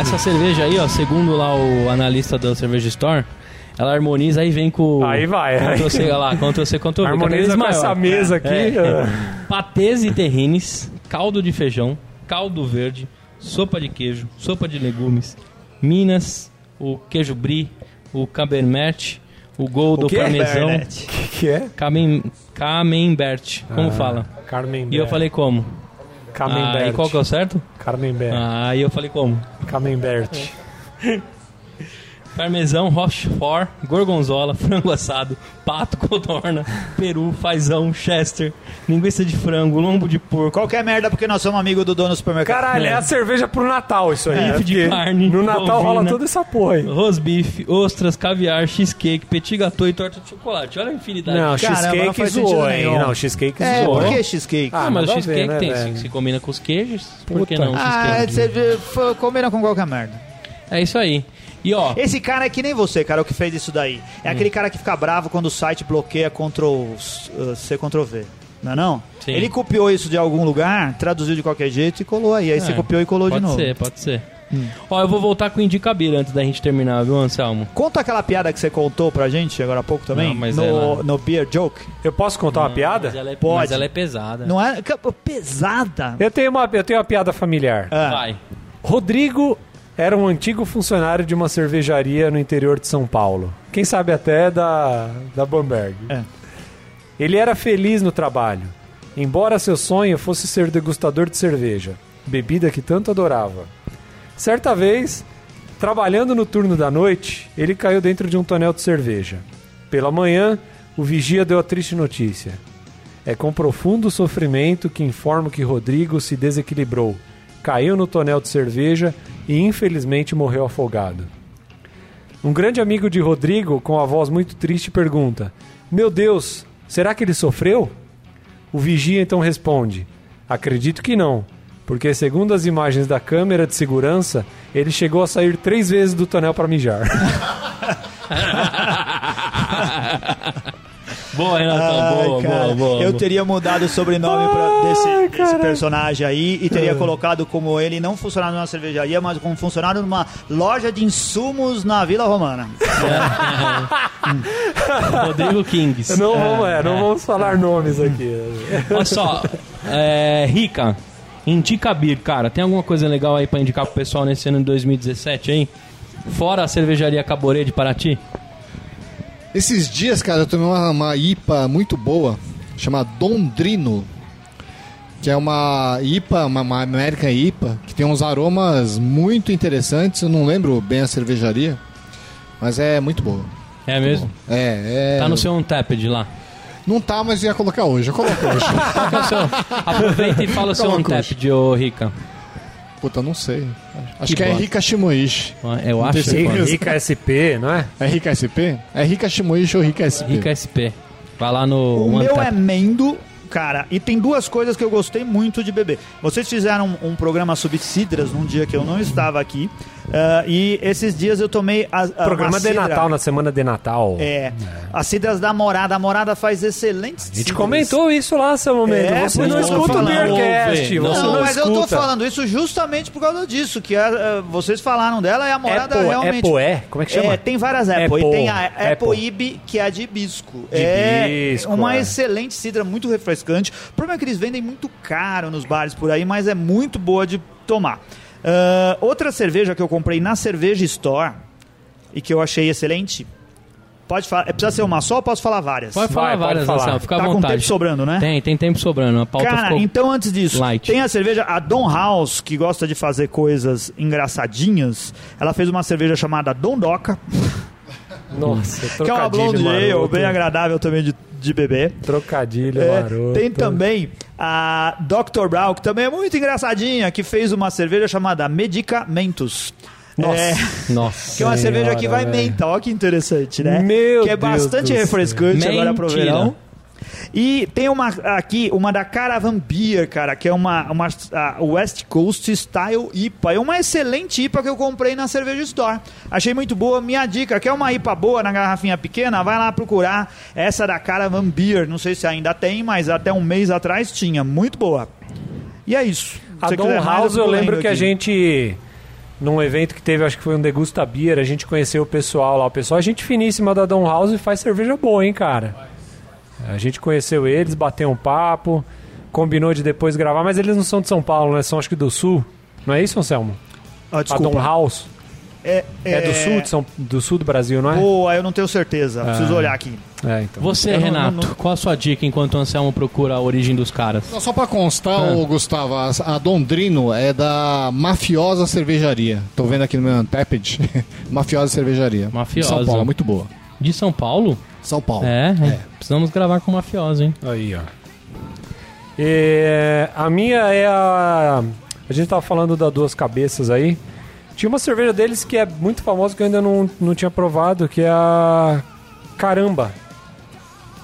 Speaker 1: Essa cerveja aí, ó, segundo lá o analista da Cerveja Store, ela harmoniza e vem com...
Speaker 3: Aí vai, aí.
Speaker 1: Ctrl C, lá, Ctrl C, Ctrl V. cada vez
Speaker 3: Harmoniza com
Speaker 1: maior.
Speaker 3: essa mesa aqui.
Speaker 1: É.
Speaker 3: é.
Speaker 1: Patês e terrines, caldo de feijão, caldo verde, sopa de queijo, sopa de legumes, minas, o queijo brie, o cabernet, o goldo
Speaker 3: quê?
Speaker 1: parmesão,
Speaker 2: Bernete.
Speaker 3: que, que é?
Speaker 1: camem, camembert,
Speaker 3: Ah,
Speaker 1: como fala?
Speaker 3: Carmen
Speaker 1: E eu falei como? Ah, e qual que é o certo?
Speaker 3: Carmen Bert.
Speaker 1: Ah, e eu falei como?
Speaker 3: Carmen Bert.
Speaker 2: É.
Speaker 1: Parmesão, rochefort, gorgonzola, frango assado, pato, codorna, peru, fazão, chester, linguiça de frango, lombo de porco,
Speaker 2: Qualquer merda, porque nós somos amigos do dono do supermercado.
Speaker 3: Caralho, é.
Speaker 1: É.
Speaker 3: a cerveja pro Natal isso aí.
Speaker 1: É, né?
Speaker 3: porque
Speaker 1: de carne,
Speaker 3: No Natal
Speaker 1: bovina.
Speaker 3: rola toda essa porra aí.
Speaker 1: Rosbife, ostras, caviar, cheesecake, petit gâteau e torta de chocolate. Olha a infinidade.
Speaker 3: Não,
Speaker 2: Caramba, não
Speaker 3: cheesecake
Speaker 2: faz sentido
Speaker 3: zoou, hein?
Speaker 2: nenhum.
Speaker 3: Não, cheesecake
Speaker 2: É,
Speaker 3: zoou.
Speaker 2: por que cheesecake?
Speaker 1: Ah,
Speaker 3: Ah,
Speaker 1: mas
Speaker 3: nada
Speaker 1: o
Speaker 3: a
Speaker 1: cheesecake
Speaker 3: ver, né,
Speaker 1: tem.
Speaker 3: velho?
Speaker 1: Se, se combina com os queijos, por que
Speaker 3: Puta.
Speaker 1: não o
Speaker 2: Ah,
Speaker 1: cheesecake?
Speaker 2: você vê, f- combina com qualquer merda.
Speaker 1: É isso aí. E ó,
Speaker 2: Esse cara é que nem você, cara, o que fez isso daí.
Speaker 1: Hum.
Speaker 2: É aquele cara que fica bravo quando o site bloqueia Ctrl uh, C, Ctrl V. Não é não?
Speaker 1: Sim.
Speaker 2: Ele copiou isso de algum lugar, traduziu de qualquer jeito e colou aí. Aí você
Speaker 1: É,
Speaker 2: copiou e colou de
Speaker 1: pode
Speaker 2: novo. Hum.
Speaker 1: ser, pode ser. Ó, eu vou voltar com o Indicabira antes da gente terminar, viu, Anselmo?
Speaker 2: Conta aquela piada que você contou pra gente agora há pouco também,
Speaker 1: Não, mas é
Speaker 2: no,
Speaker 1: ela-
Speaker 2: no Beer Joke.
Speaker 3: Eu posso contar
Speaker 2: Hum,
Speaker 3: uma piada?
Speaker 1: Mas ela é,
Speaker 2: Pode.
Speaker 1: mas ela é pesada.
Speaker 2: Não é ca- pesada. é-
Speaker 1: então,
Speaker 3: Eu tenho uma, eu tenho uma piada familiar.
Speaker 2: Ah,
Speaker 1: Vai.
Speaker 3: Rodrigo era um antigo funcionário de uma cervejaria no interior de São Paulo. Quem sabe até da, da Bamberg.
Speaker 2: É.
Speaker 3: Ele era feliz no trabalho, embora seu sonho fosse ser degustador de cerveja, bebida que tanto adorava. Certa vez, trabalhando no turno da noite, ele caiu dentro de um tonel de cerveja. Pela manhã, o vigia deu a triste notícia. É com profundo sofrimento que informo que Rodrigo se desequilibrou, caiu no tonel de cerveja e infelizmente morreu afogado. Um grande amigo de Rodrigo, com a voz muito triste, pergunta: Meu Deus, será que ele sofreu? O vigia então responde: Acredito que não, porque segundo as imagens da câmera de segurança, ele chegou a sair três vezes do tonel para mijar.
Speaker 1: Boa, Renatão,
Speaker 2: Ah, Ai,
Speaker 1: boa,
Speaker 2: cara,
Speaker 1: boa, boa. Ah,
Speaker 2: eu
Speaker 1: boa.
Speaker 2: teria mudado o sobrenome pra desse, desse personagem aí e
Speaker 1: É.
Speaker 2: teria colocado como ele não funcionário numa cervejaria, mas como funcionário numa loja de insumos na Vila Romana.
Speaker 1: Rodrigo Kings.
Speaker 3: Não vamos, é, não vamos falar nomes aqui.
Speaker 1: Olha só, é, Rica, indica a Beer, cara. Tem alguma coisa legal aí pra indicar pro pessoal nesse ano de 2017, hein? Fora a cervejaria Caboré de Paraty?
Speaker 4: Esses dias, cara, eu tomei uma, uma IPA muito boa, chamada Dondrino, que é uma IPA, uma, uma American IPA, que tem uns aromas muito interessantes. Eu não lembro bem a cervejaria, mas é muito boa.
Speaker 1: É mesmo?
Speaker 4: É, é.
Speaker 1: Tá no seu Untapped lá.
Speaker 4: Não tá, mas ia colocar hoje. Eu coloco hoje.
Speaker 1: Qual que é o seu? Aproveita e fala o seu
Speaker 4: Coloca hoje.
Speaker 1: Untapped, ô Rica.
Speaker 4: Puta, não sei. Acho que, é
Speaker 1: bosta.
Speaker 4: Rika Shimoishi.
Speaker 1: Eu acho que
Speaker 3: Tipo,
Speaker 4: sei.
Speaker 1: é
Speaker 3: Rica SP, não é?
Speaker 4: É Rika SP? É Rika Shimoishi ou Rika SP?
Speaker 1: Rica SP. Vai lá no
Speaker 2: O meu é
Speaker 3: tá-
Speaker 1: Untapped.
Speaker 2: mendo, cara, e tem duas coisas que eu gostei muito de beber. Vocês fizeram um, um programa sobre cidras num dia que eu não estava aqui. ah, e esses dias eu tomei a, a
Speaker 3: Programa
Speaker 2: uma
Speaker 3: de
Speaker 2: cidra.
Speaker 3: Natal, né? na semana de Natal.
Speaker 2: Ah, É, as cidras da Morada. A Morada faz excelentes
Speaker 3: A gente
Speaker 2: cidras.
Speaker 3: comentou isso lá, seu momento.
Speaker 2: É,
Speaker 3: você não
Speaker 2: não
Speaker 3: escuta o
Speaker 2: falou,
Speaker 3: Beercast,
Speaker 1: velho.
Speaker 3: Então você
Speaker 2: Não,
Speaker 3: não,
Speaker 2: mas
Speaker 3: escuta.
Speaker 2: eu tô falando isso justamente por causa disso, que ah, ah, vocês falaram dela e a
Speaker 3: É,
Speaker 2: morada
Speaker 3: poé, é
Speaker 2: realmente...
Speaker 3: poé? Como é que chama?
Speaker 2: É, tem várias Apple.
Speaker 3: Apple,
Speaker 2: E tem a Apple,
Speaker 3: Apple.
Speaker 2: IB, que é a de hibisco.
Speaker 3: De
Speaker 2: é
Speaker 3: hibisco,
Speaker 2: uma
Speaker 3: é.
Speaker 2: excelente cidra, muito refrescante. O problema é que eles vendem muito caro nos bares por aí, mas é muito boa de tomar. Ah, outra cerveja que eu comprei na Cerveja Store e que eu achei excelente... Pode falar, é, precisa ser uma só ou posso falar várias?
Speaker 1: Pode falar
Speaker 3: Vai, pode
Speaker 1: várias,
Speaker 3: falar.
Speaker 1: Anselmo. Fica à
Speaker 2: tá com
Speaker 1: vontade.
Speaker 2: tempo sobrando, né?
Speaker 1: Tem, tem tempo sobrando. A pauta
Speaker 2: Cara,
Speaker 1: ficou...
Speaker 2: então antes disso,
Speaker 1: light.
Speaker 2: tem a cerveja, a Don House, que gosta de fazer coisas engraçadinhas. Ela fez uma cerveja chamada Dondoca,
Speaker 3: Nossa,
Speaker 2: que é uma
Speaker 3: trocadilho
Speaker 2: blonde ale,
Speaker 3: maroto.
Speaker 2: bem agradável também de, de beber.
Speaker 3: Trocadilho
Speaker 2: É,
Speaker 3: maroto.
Speaker 2: tem também a Dr. Brown, que também é muito engraçadinha, que fez uma cerveja chamada Medicamentos.
Speaker 3: Nossa.
Speaker 2: É,
Speaker 1: Nossa.
Speaker 2: que é uma cerveja que vai
Speaker 3: velho.
Speaker 2: menta, olha que interessante, né?
Speaker 3: Meu
Speaker 2: que é
Speaker 3: Deus do
Speaker 2: bastante
Speaker 3: céu.
Speaker 2: refrescante agora pro
Speaker 1: Mentira.
Speaker 2: verão. E tem uma aqui, uma da Caravan Beer, cara, que é uma, uma a West Coast Style IPA. É uma excelente IPA que eu comprei na Cerveja Store. Achei muito boa. Minha dica, quer uma IPA boa na garrafinha pequena? Vai lá procurar essa da Caravan Beer. Não sei se ainda tem, mas até um mês atrás tinha. Muito boa. E é isso.
Speaker 3: A
Speaker 2: Se
Speaker 3: Don
Speaker 2: quiser mais,
Speaker 3: House,
Speaker 2: tô
Speaker 3: eu lembro
Speaker 2: lendo
Speaker 3: que a
Speaker 2: aqui.
Speaker 3: gente, num evento que teve, acho que foi um Degusta Beer, a gente conheceu o pessoal lá. O pessoal, a gente finíssima da Don House e faz cerveja boa, hein, cara? A gente conheceu eles, bateu um papo, combinou de depois gravar, mas eles não são de São Paulo, né? São acho que do Sul. Não é isso, Anselmo?
Speaker 2: Ah,
Speaker 3: A Don
Speaker 2: desculpa.
Speaker 3: House
Speaker 2: É,
Speaker 3: é, do Sul, de São, do Sul do Brasil,
Speaker 1: Né?
Speaker 3: não é?
Speaker 2: Boa, eu não tenho certeza.
Speaker 1: Ah,
Speaker 2: Preciso olhar aqui.
Speaker 3: É, então.
Speaker 1: Você,
Speaker 2: Eu não-
Speaker 1: Renato,
Speaker 2: não- não-
Speaker 1: qual a sua dica enquanto o Anselmo procura a origem dos caras?
Speaker 4: Não, Só pra constar, ô, Gustavo, a, a Dondrino é da Mafiosa Cervejaria. Tô vendo aqui no meu Untapped. Mafiosa Cervejaria.
Speaker 1: Mafiosa.
Speaker 4: São Paulo, é muito boa.
Speaker 1: De São Paulo?
Speaker 4: São Paulo.
Speaker 1: É, precisamos gravar com o mafioso, hein?
Speaker 3: Aí, ó. É, a minha é a. A gente tava falando da Duas Cabeças aí. Tinha uma cerveja deles que é muito famosa que eu ainda não, não tinha provado, que é a. Caramba.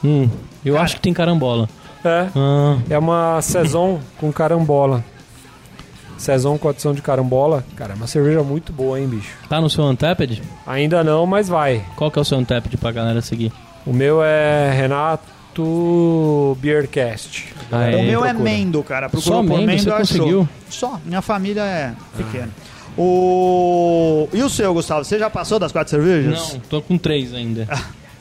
Speaker 1: Hum, eu acho que tem carambola.
Speaker 3: É.
Speaker 1: Ah,
Speaker 3: É uma Saison com carambola. Saison com adição de carambola. Cara, é uma cerveja muito boa, hein, bicho.
Speaker 1: tá no seu Untapped?
Speaker 3: Ainda não, mas vai.
Speaker 1: Qual que é o seu Untapped pra galera seguir?
Speaker 3: O meu é Renato Beercast.
Speaker 1: Aê.
Speaker 2: O meu é
Speaker 3: procura.
Speaker 2: Mendo, cara. Procurou
Speaker 1: Só
Speaker 2: por
Speaker 1: Mendo?
Speaker 2: Mendo,
Speaker 1: Você
Speaker 2: achou.
Speaker 1: conseguiu? Ah.
Speaker 2: Só. Minha família é pequena. O... E o seu, Gustavo? Você já passou das quatro cervejas?
Speaker 1: Não, tô com três ainda.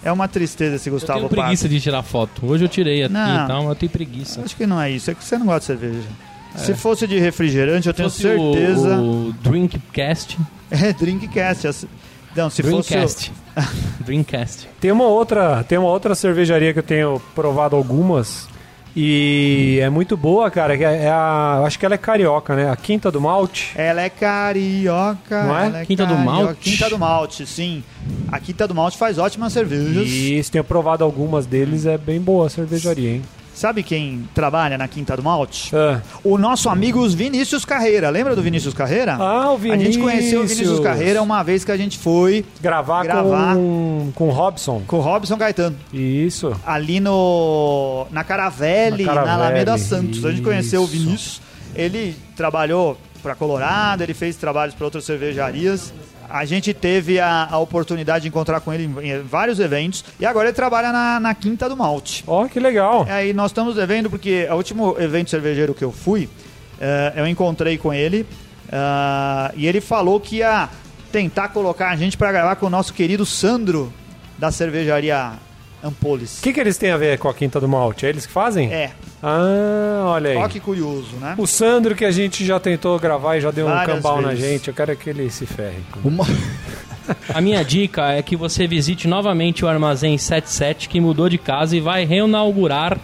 Speaker 2: É uma tristeza esse
Speaker 1: Eu
Speaker 2: Gustavo
Speaker 1: tenho preguiça de tirar foto. Hoje eu tirei aqui
Speaker 2: Não.
Speaker 1: e tal, mas eu tenho preguiça.
Speaker 2: Pato. Acho que não é isso. É que você não
Speaker 1: É.
Speaker 2: gosta de cerveja. Se fosse de refrigerante, eu tenho
Speaker 1: Se fosse
Speaker 2: certeza.
Speaker 1: O, o Drinkcast,
Speaker 2: É Dreamcast. assim. Não, se fosse.
Speaker 1: Dreamcast. Dreamcast.
Speaker 3: Tem uma outra, tem uma outra cervejaria que eu tenho provado algumas e é muito boa, cara. que É é a, eu acho que ela é carioca, né? A Quinta do Malte.
Speaker 2: Ela é carioca.
Speaker 3: Não é?
Speaker 2: ela
Speaker 1: Quinta do
Speaker 2: carioca.
Speaker 1: Malte?
Speaker 2: Quinta do Malte, sim. A Quinta do Malte faz ótimas cervejas.
Speaker 3: E se tenho provado algumas deles, é bem boa a cervejaria, hein?
Speaker 2: Sabe quem trabalha na Quinta do Malte?
Speaker 3: Ah,
Speaker 2: O nosso amigo Vinícius Carreira. Lembra do Vinícius Carreira?
Speaker 3: Ah, o Vinícius.
Speaker 2: A gente conheceu o Vinícius Carreira uma vez que a gente foi
Speaker 3: Gravar,
Speaker 2: Gravar.
Speaker 3: com com o Robson.
Speaker 2: com o Robson Caetano.
Speaker 3: Isso.
Speaker 2: ali no na Caravelle,
Speaker 3: Na
Speaker 2: na,
Speaker 3: Caravelle,
Speaker 2: Alameda Santos. A gente conheceu o
Speaker 3: isso.
Speaker 2: Vinícius. Ele trabalhou para Colorado, ele fez trabalhos para outras cervejarias. A gente teve a, a oportunidade de encontrar com ele em, em vários eventos. E agora ele trabalha na, na Quinta do Malte.
Speaker 3: Ó, que legal.
Speaker 2: É, Aí nós estamos devendo, porque o último evento cervejeiro que eu fui, eh, eu encontrei com ele ah, e ele falou que ia tentar colocar a gente para gravar com o nosso querido Sandro, da cervejaria Ampolis.
Speaker 3: O que, que eles têm a ver com a Quinta do Malte? É eles que fazem?
Speaker 2: É,
Speaker 3: Ah, olha aí.
Speaker 2: Ó que curioso, né?
Speaker 3: O Sandro que a gente já tentou gravar e já deu
Speaker 2: Várias
Speaker 3: um cambal na
Speaker 2: vezes.
Speaker 3: gente. Eu quero que ele se ferre.
Speaker 4: Uma...
Speaker 1: A minha dica é que você visite novamente o Armazém 77, que mudou de casa e vai reinaugurar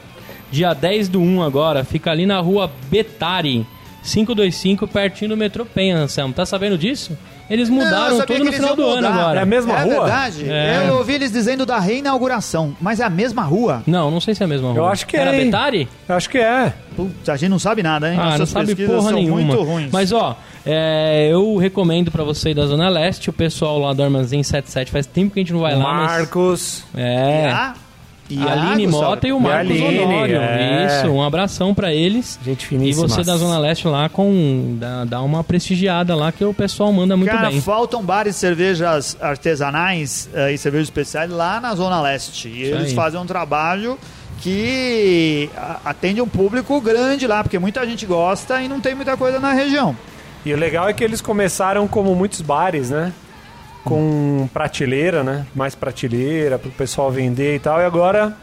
Speaker 1: dia 10 do 1 agora. Fica ali na rua Betari, 525, pertinho do metrô Penha, Anselmo. Tá sabendo disso? Eles mudaram
Speaker 2: eu sabia
Speaker 1: tudo
Speaker 2: que
Speaker 1: no
Speaker 2: eles
Speaker 1: final
Speaker 2: iam
Speaker 1: do ano
Speaker 2: mudar.
Speaker 1: agora.
Speaker 3: É a mesma
Speaker 2: é
Speaker 3: rua?
Speaker 2: verdade?
Speaker 1: É.
Speaker 2: Eu ouvi eles dizendo da reinauguração, mas é a mesma rua.
Speaker 1: Não, não sei se é a mesma rua.
Speaker 3: acho que
Speaker 1: Era
Speaker 3: é, hein?
Speaker 1: Betari?
Speaker 3: Acho que é.
Speaker 2: Putz, a gente não sabe nada, hein?
Speaker 1: Ah,
Speaker 2: Nossas
Speaker 1: não sabe
Speaker 2: pesquisas
Speaker 1: porra
Speaker 2: são
Speaker 1: nenhuma.
Speaker 2: muito ruins.
Speaker 1: Mas ó, é, eu recomendo pra você ir da Zona Leste, o pessoal lá do Armazém 77. Faz tempo que a gente não vai lá, mas.
Speaker 3: Marcos.
Speaker 1: É.
Speaker 2: a,
Speaker 1: E
Speaker 2: ah,
Speaker 1: a Aline Mota e o Marcos
Speaker 3: Aline,
Speaker 1: Honório.
Speaker 3: é.
Speaker 1: Isso, um abração pra eles.
Speaker 3: Gente
Speaker 1: E
Speaker 3: finíssima.
Speaker 1: você da Zona Leste lá com. Dá, dá uma prestigiada lá que o pessoal manda muito
Speaker 2: Cara,
Speaker 1: bem.
Speaker 2: faltam bares de cervejas artesanais eh, e cervejas especiais lá na Zona Leste. E
Speaker 1: Isso
Speaker 2: eles
Speaker 1: aí.
Speaker 2: fazem um trabalho que a- atende um público grande lá, porque muita gente gosta e não tem muita coisa na região.
Speaker 3: E o legal é que eles começaram como muitos bares, né? Com prateleira, né? Mais prateleira pro pessoal vender e tal. E agora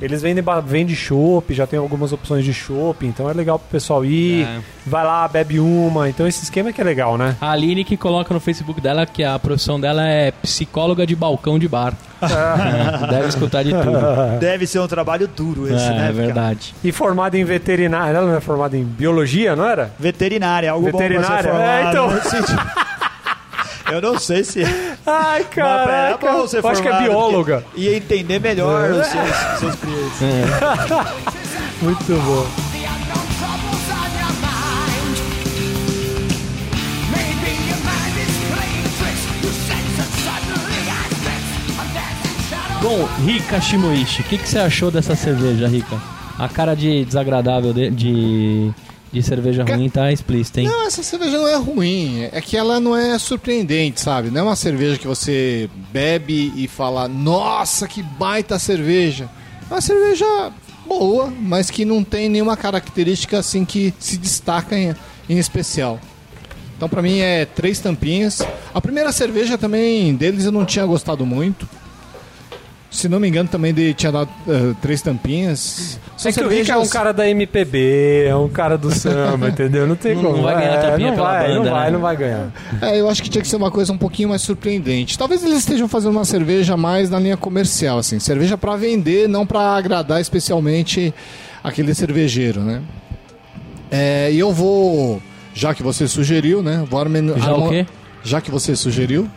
Speaker 3: eles vendem, ba- vendem chopp, já tem algumas opções de chopp, então é legal pro pessoal ir.
Speaker 1: É.
Speaker 3: Vai lá, bebe uma. Então esse esquema que é legal, né?
Speaker 1: A Aline que coloca no Facebook dela que a profissão dela é psicóloga de balcão de bar. É, Deve escutar de tudo.
Speaker 2: Deve ser um trabalho duro esse,
Speaker 1: É,
Speaker 2: né?
Speaker 1: é
Speaker 2: cara?
Speaker 1: verdade.
Speaker 3: E formada em veterinária, ela não é formada em biologia, não era?
Speaker 2: Veterinária, algo
Speaker 3: Veterinária?
Speaker 2: bom pra
Speaker 3: É,
Speaker 2: ser
Speaker 3: então.
Speaker 2: formado. Eu não sei se...
Speaker 3: Ai,
Speaker 2: Mas pra
Speaker 3: caraca.
Speaker 2: você
Speaker 3: Eu acho que é
Speaker 2: formado,
Speaker 3: bióloga.
Speaker 2: porque- E entender
Speaker 1: É.
Speaker 2: melhor os seus, seus clientes.
Speaker 3: Muito bom.
Speaker 5: The unknown troubles on your mind. Maybe your mind is playing tricks. You sense it suddenly as this. A dancing shadow.
Speaker 1: Bom, Rika Shimoishi, o que, que você achou dessa cerveja, Rika? A cara de desagradável de, de, de cerveja ruim tá explícita, hein?
Speaker 4: Não, essa cerveja não é ruim. É que ela não é surpreendente, sabe? Não é uma cerveja que você bebe e fala, nossa, que baita cerveja. É uma cerveja boa, mas que não tem nenhuma característica assim que se destaca em, em especial. Então pra mim é três tampinhas. A primeira cerveja também deles eu não tinha gostado muito. Se não me engano, também de- tinha dado eh, três tampinhas. São
Speaker 3: É que o Rick é um
Speaker 4: cervejas-
Speaker 3: cara da MPB, é um cara do samba, entendeu? Não tem
Speaker 1: Não-
Speaker 3: como.
Speaker 1: não vai ganhar
Speaker 3: é,
Speaker 1: tapinha
Speaker 3: não
Speaker 1: pela
Speaker 3: vai, Não
Speaker 1: banda,
Speaker 3: vai,
Speaker 1: né?
Speaker 3: não vai ganhar.
Speaker 4: É, eu acho que tinha que ser uma coisa um pouquinho mais surpreendente. Talvez eles estejam fazendo uma cerveja mais na linha comercial, assim, cerveja pra vender, não pra agradar especialmente aquele cervejeiro, né? É, e eu vou, já que você sugeriu, né? Vou harmen-
Speaker 1: Já o quê?
Speaker 4: já que você sugeriu,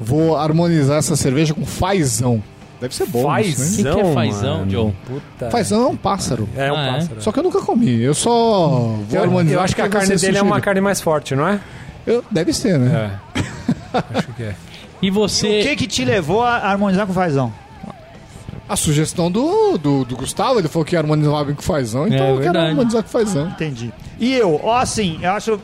Speaker 4: vou harmonizar essa cerveja com fazão. Deve ser bom, isso, né?
Speaker 1: que que é fazão,
Speaker 3: mano?
Speaker 1: John?
Speaker 3: Puta.
Speaker 4: Fazão é um pássaro.
Speaker 3: É um
Speaker 1: Ah, é?
Speaker 3: pássaro.
Speaker 4: Só que eu nunca comi. Eu só vou
Speaker 3: Eu,
Speaker 4: harmonizar.
Speaker 3: eu acho que a
Speaker 4: porque
Speaker 3: carne
Speaker 4: você
Speaker 3: dele é uma
Speaker 4: sugeriu.
Speaker 3: carne mais forte, não é?
Speaker 4: Eu- deve ser, né?
Speaker 3: acho que é.
Speaker 1: E você.
Speaker 2: O que que te levou a harmonizar com o Fazão?
Speaker 4: A sugestão do, do, do Gustavo, ele falou que ia harmonizar com fazão, então
Speaker 1: É
Speaker 4: eu quero
Speaker 1: verdade.
Speaker 4: harmonizar com fazão.
Speaker 2: Entendi. E eu, ó assim, eu acho,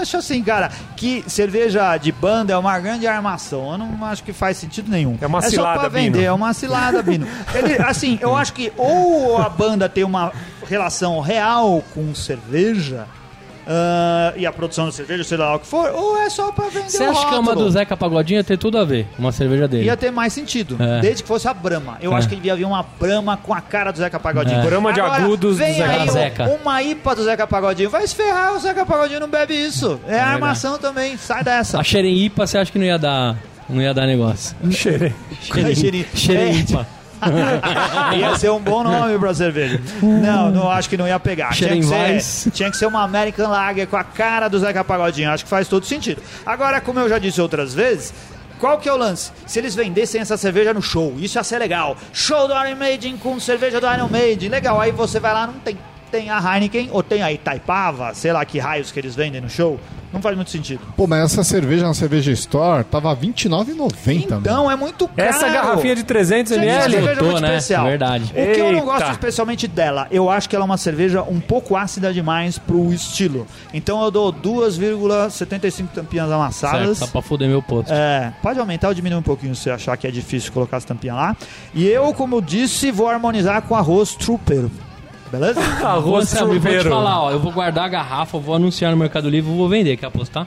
Speaker 2: acho assim, cara, que cerveja de banda é uma grande armação. Eu não acho que faz sentido nenhum.
Speaker 3: É uma
Speaker 2: só
Speaker 3: cilada,
Speaker 2: pra vender,
Speaker 3: Bino.
Speaker 2: é uma cilada, Bino. Ele, assim, eu acho que ou a banda tem uma relação real com cerveja, ah, e a produção da cerveja, sei lá o que for, ou é só pra vender
Speaker 1: Você
Speaker 2: o
Speaker 1: acha que é uma
Speaker 2: rótulo?
Speaker 1: do Zeca Pagodinho ia ter tudo a ver, uma cerveja dele?
Speaker 2: Ia ter mais sentido,
Speaker 1: É.
Speaker 2: desde que fosse a Brahma. Eu
Speaker 1: É.
Speaker 2: acho que devia vir uma Brahma com a cara do Zeca Pagodinho.
Speaker 1: É.
Speaker 3: Brahma de agudos do
Speaker 2: vem
Speaker 3: Zeca.
Speaker 2: aí
Speaker 1: Zeca.
Speaker 2: um- Uma IPA do Zeca Pagodinho. Vai se ferrar, o Zeca Pagodinho não bebe isso. É, armação também, sai dessa.
Speaker 1: A Xerenipa, você acha que não ia dar, não ia dar negócio?
Speaker 3: Cheirei.
Speaker 2: Xerenipa.
Speaker 1: Xerenipa.
Speaker 2: Ia ser um bom nome pra cerveja. Não, não acho que não ia pegar. Tinha que,
Speaker 1: Xeremvais.
Speaker 2: ser, tinha que ser uma American Lager com a cara do Zeca Pagodinho. Acho que faz todo sentido. Agora, como eu já disse outras vezes. Qual que é o lance? Se eles vendessem essa cerveja no show, isso ia ser legal. Show do Iron Maiden com cerveja do Iron Maiden, legal. Aí você vai lá, não tem. Tem a Heineken, ou tem a Itaipava, sei lá que raios que eles vendem no show. Não faz muito sentido.
Speaker 4: Pô, mas essa cerveja na cerveja Store tava R$29,90. mano.
Speaker 2: Então, é muito caro.
Speaker 3: Essa garrafinha de 300
Speaker 2: Gente, essa
Speaker 3: ml.
Speaker 2: cerveja é muito
Speaker 1: né?
Speaker 2: especial.
Speaker 1: Verdade.
Speaker 2: O que eu não gosto
Speaker 3: Eita.
Speaker 2: especialmente dela, eu acho que ela é uma cerveja um pouco ácida demais pro estilo. Então eu dou 2,75 tampinhas
Speaker 1: Certo, tá
Speaker 2: amassadas.
Speaker 1: só pra foder meu posto.
Speaker 2: É, pode aumentar ou diminuir um pouquinho se achar que é difícil colocar essa tampinha lá. E eu, como disse, vou harmonizar com arroz trooper. Beleza?
Speaker 3: Arroz
Speaker 1: Você, amigo, vou te
Speaker 3: surveiro.
Speaker 1: falar, ó, eu vou guardar a garrafa, vou anunciar no Mercado Livre, vou vender, quer apostar?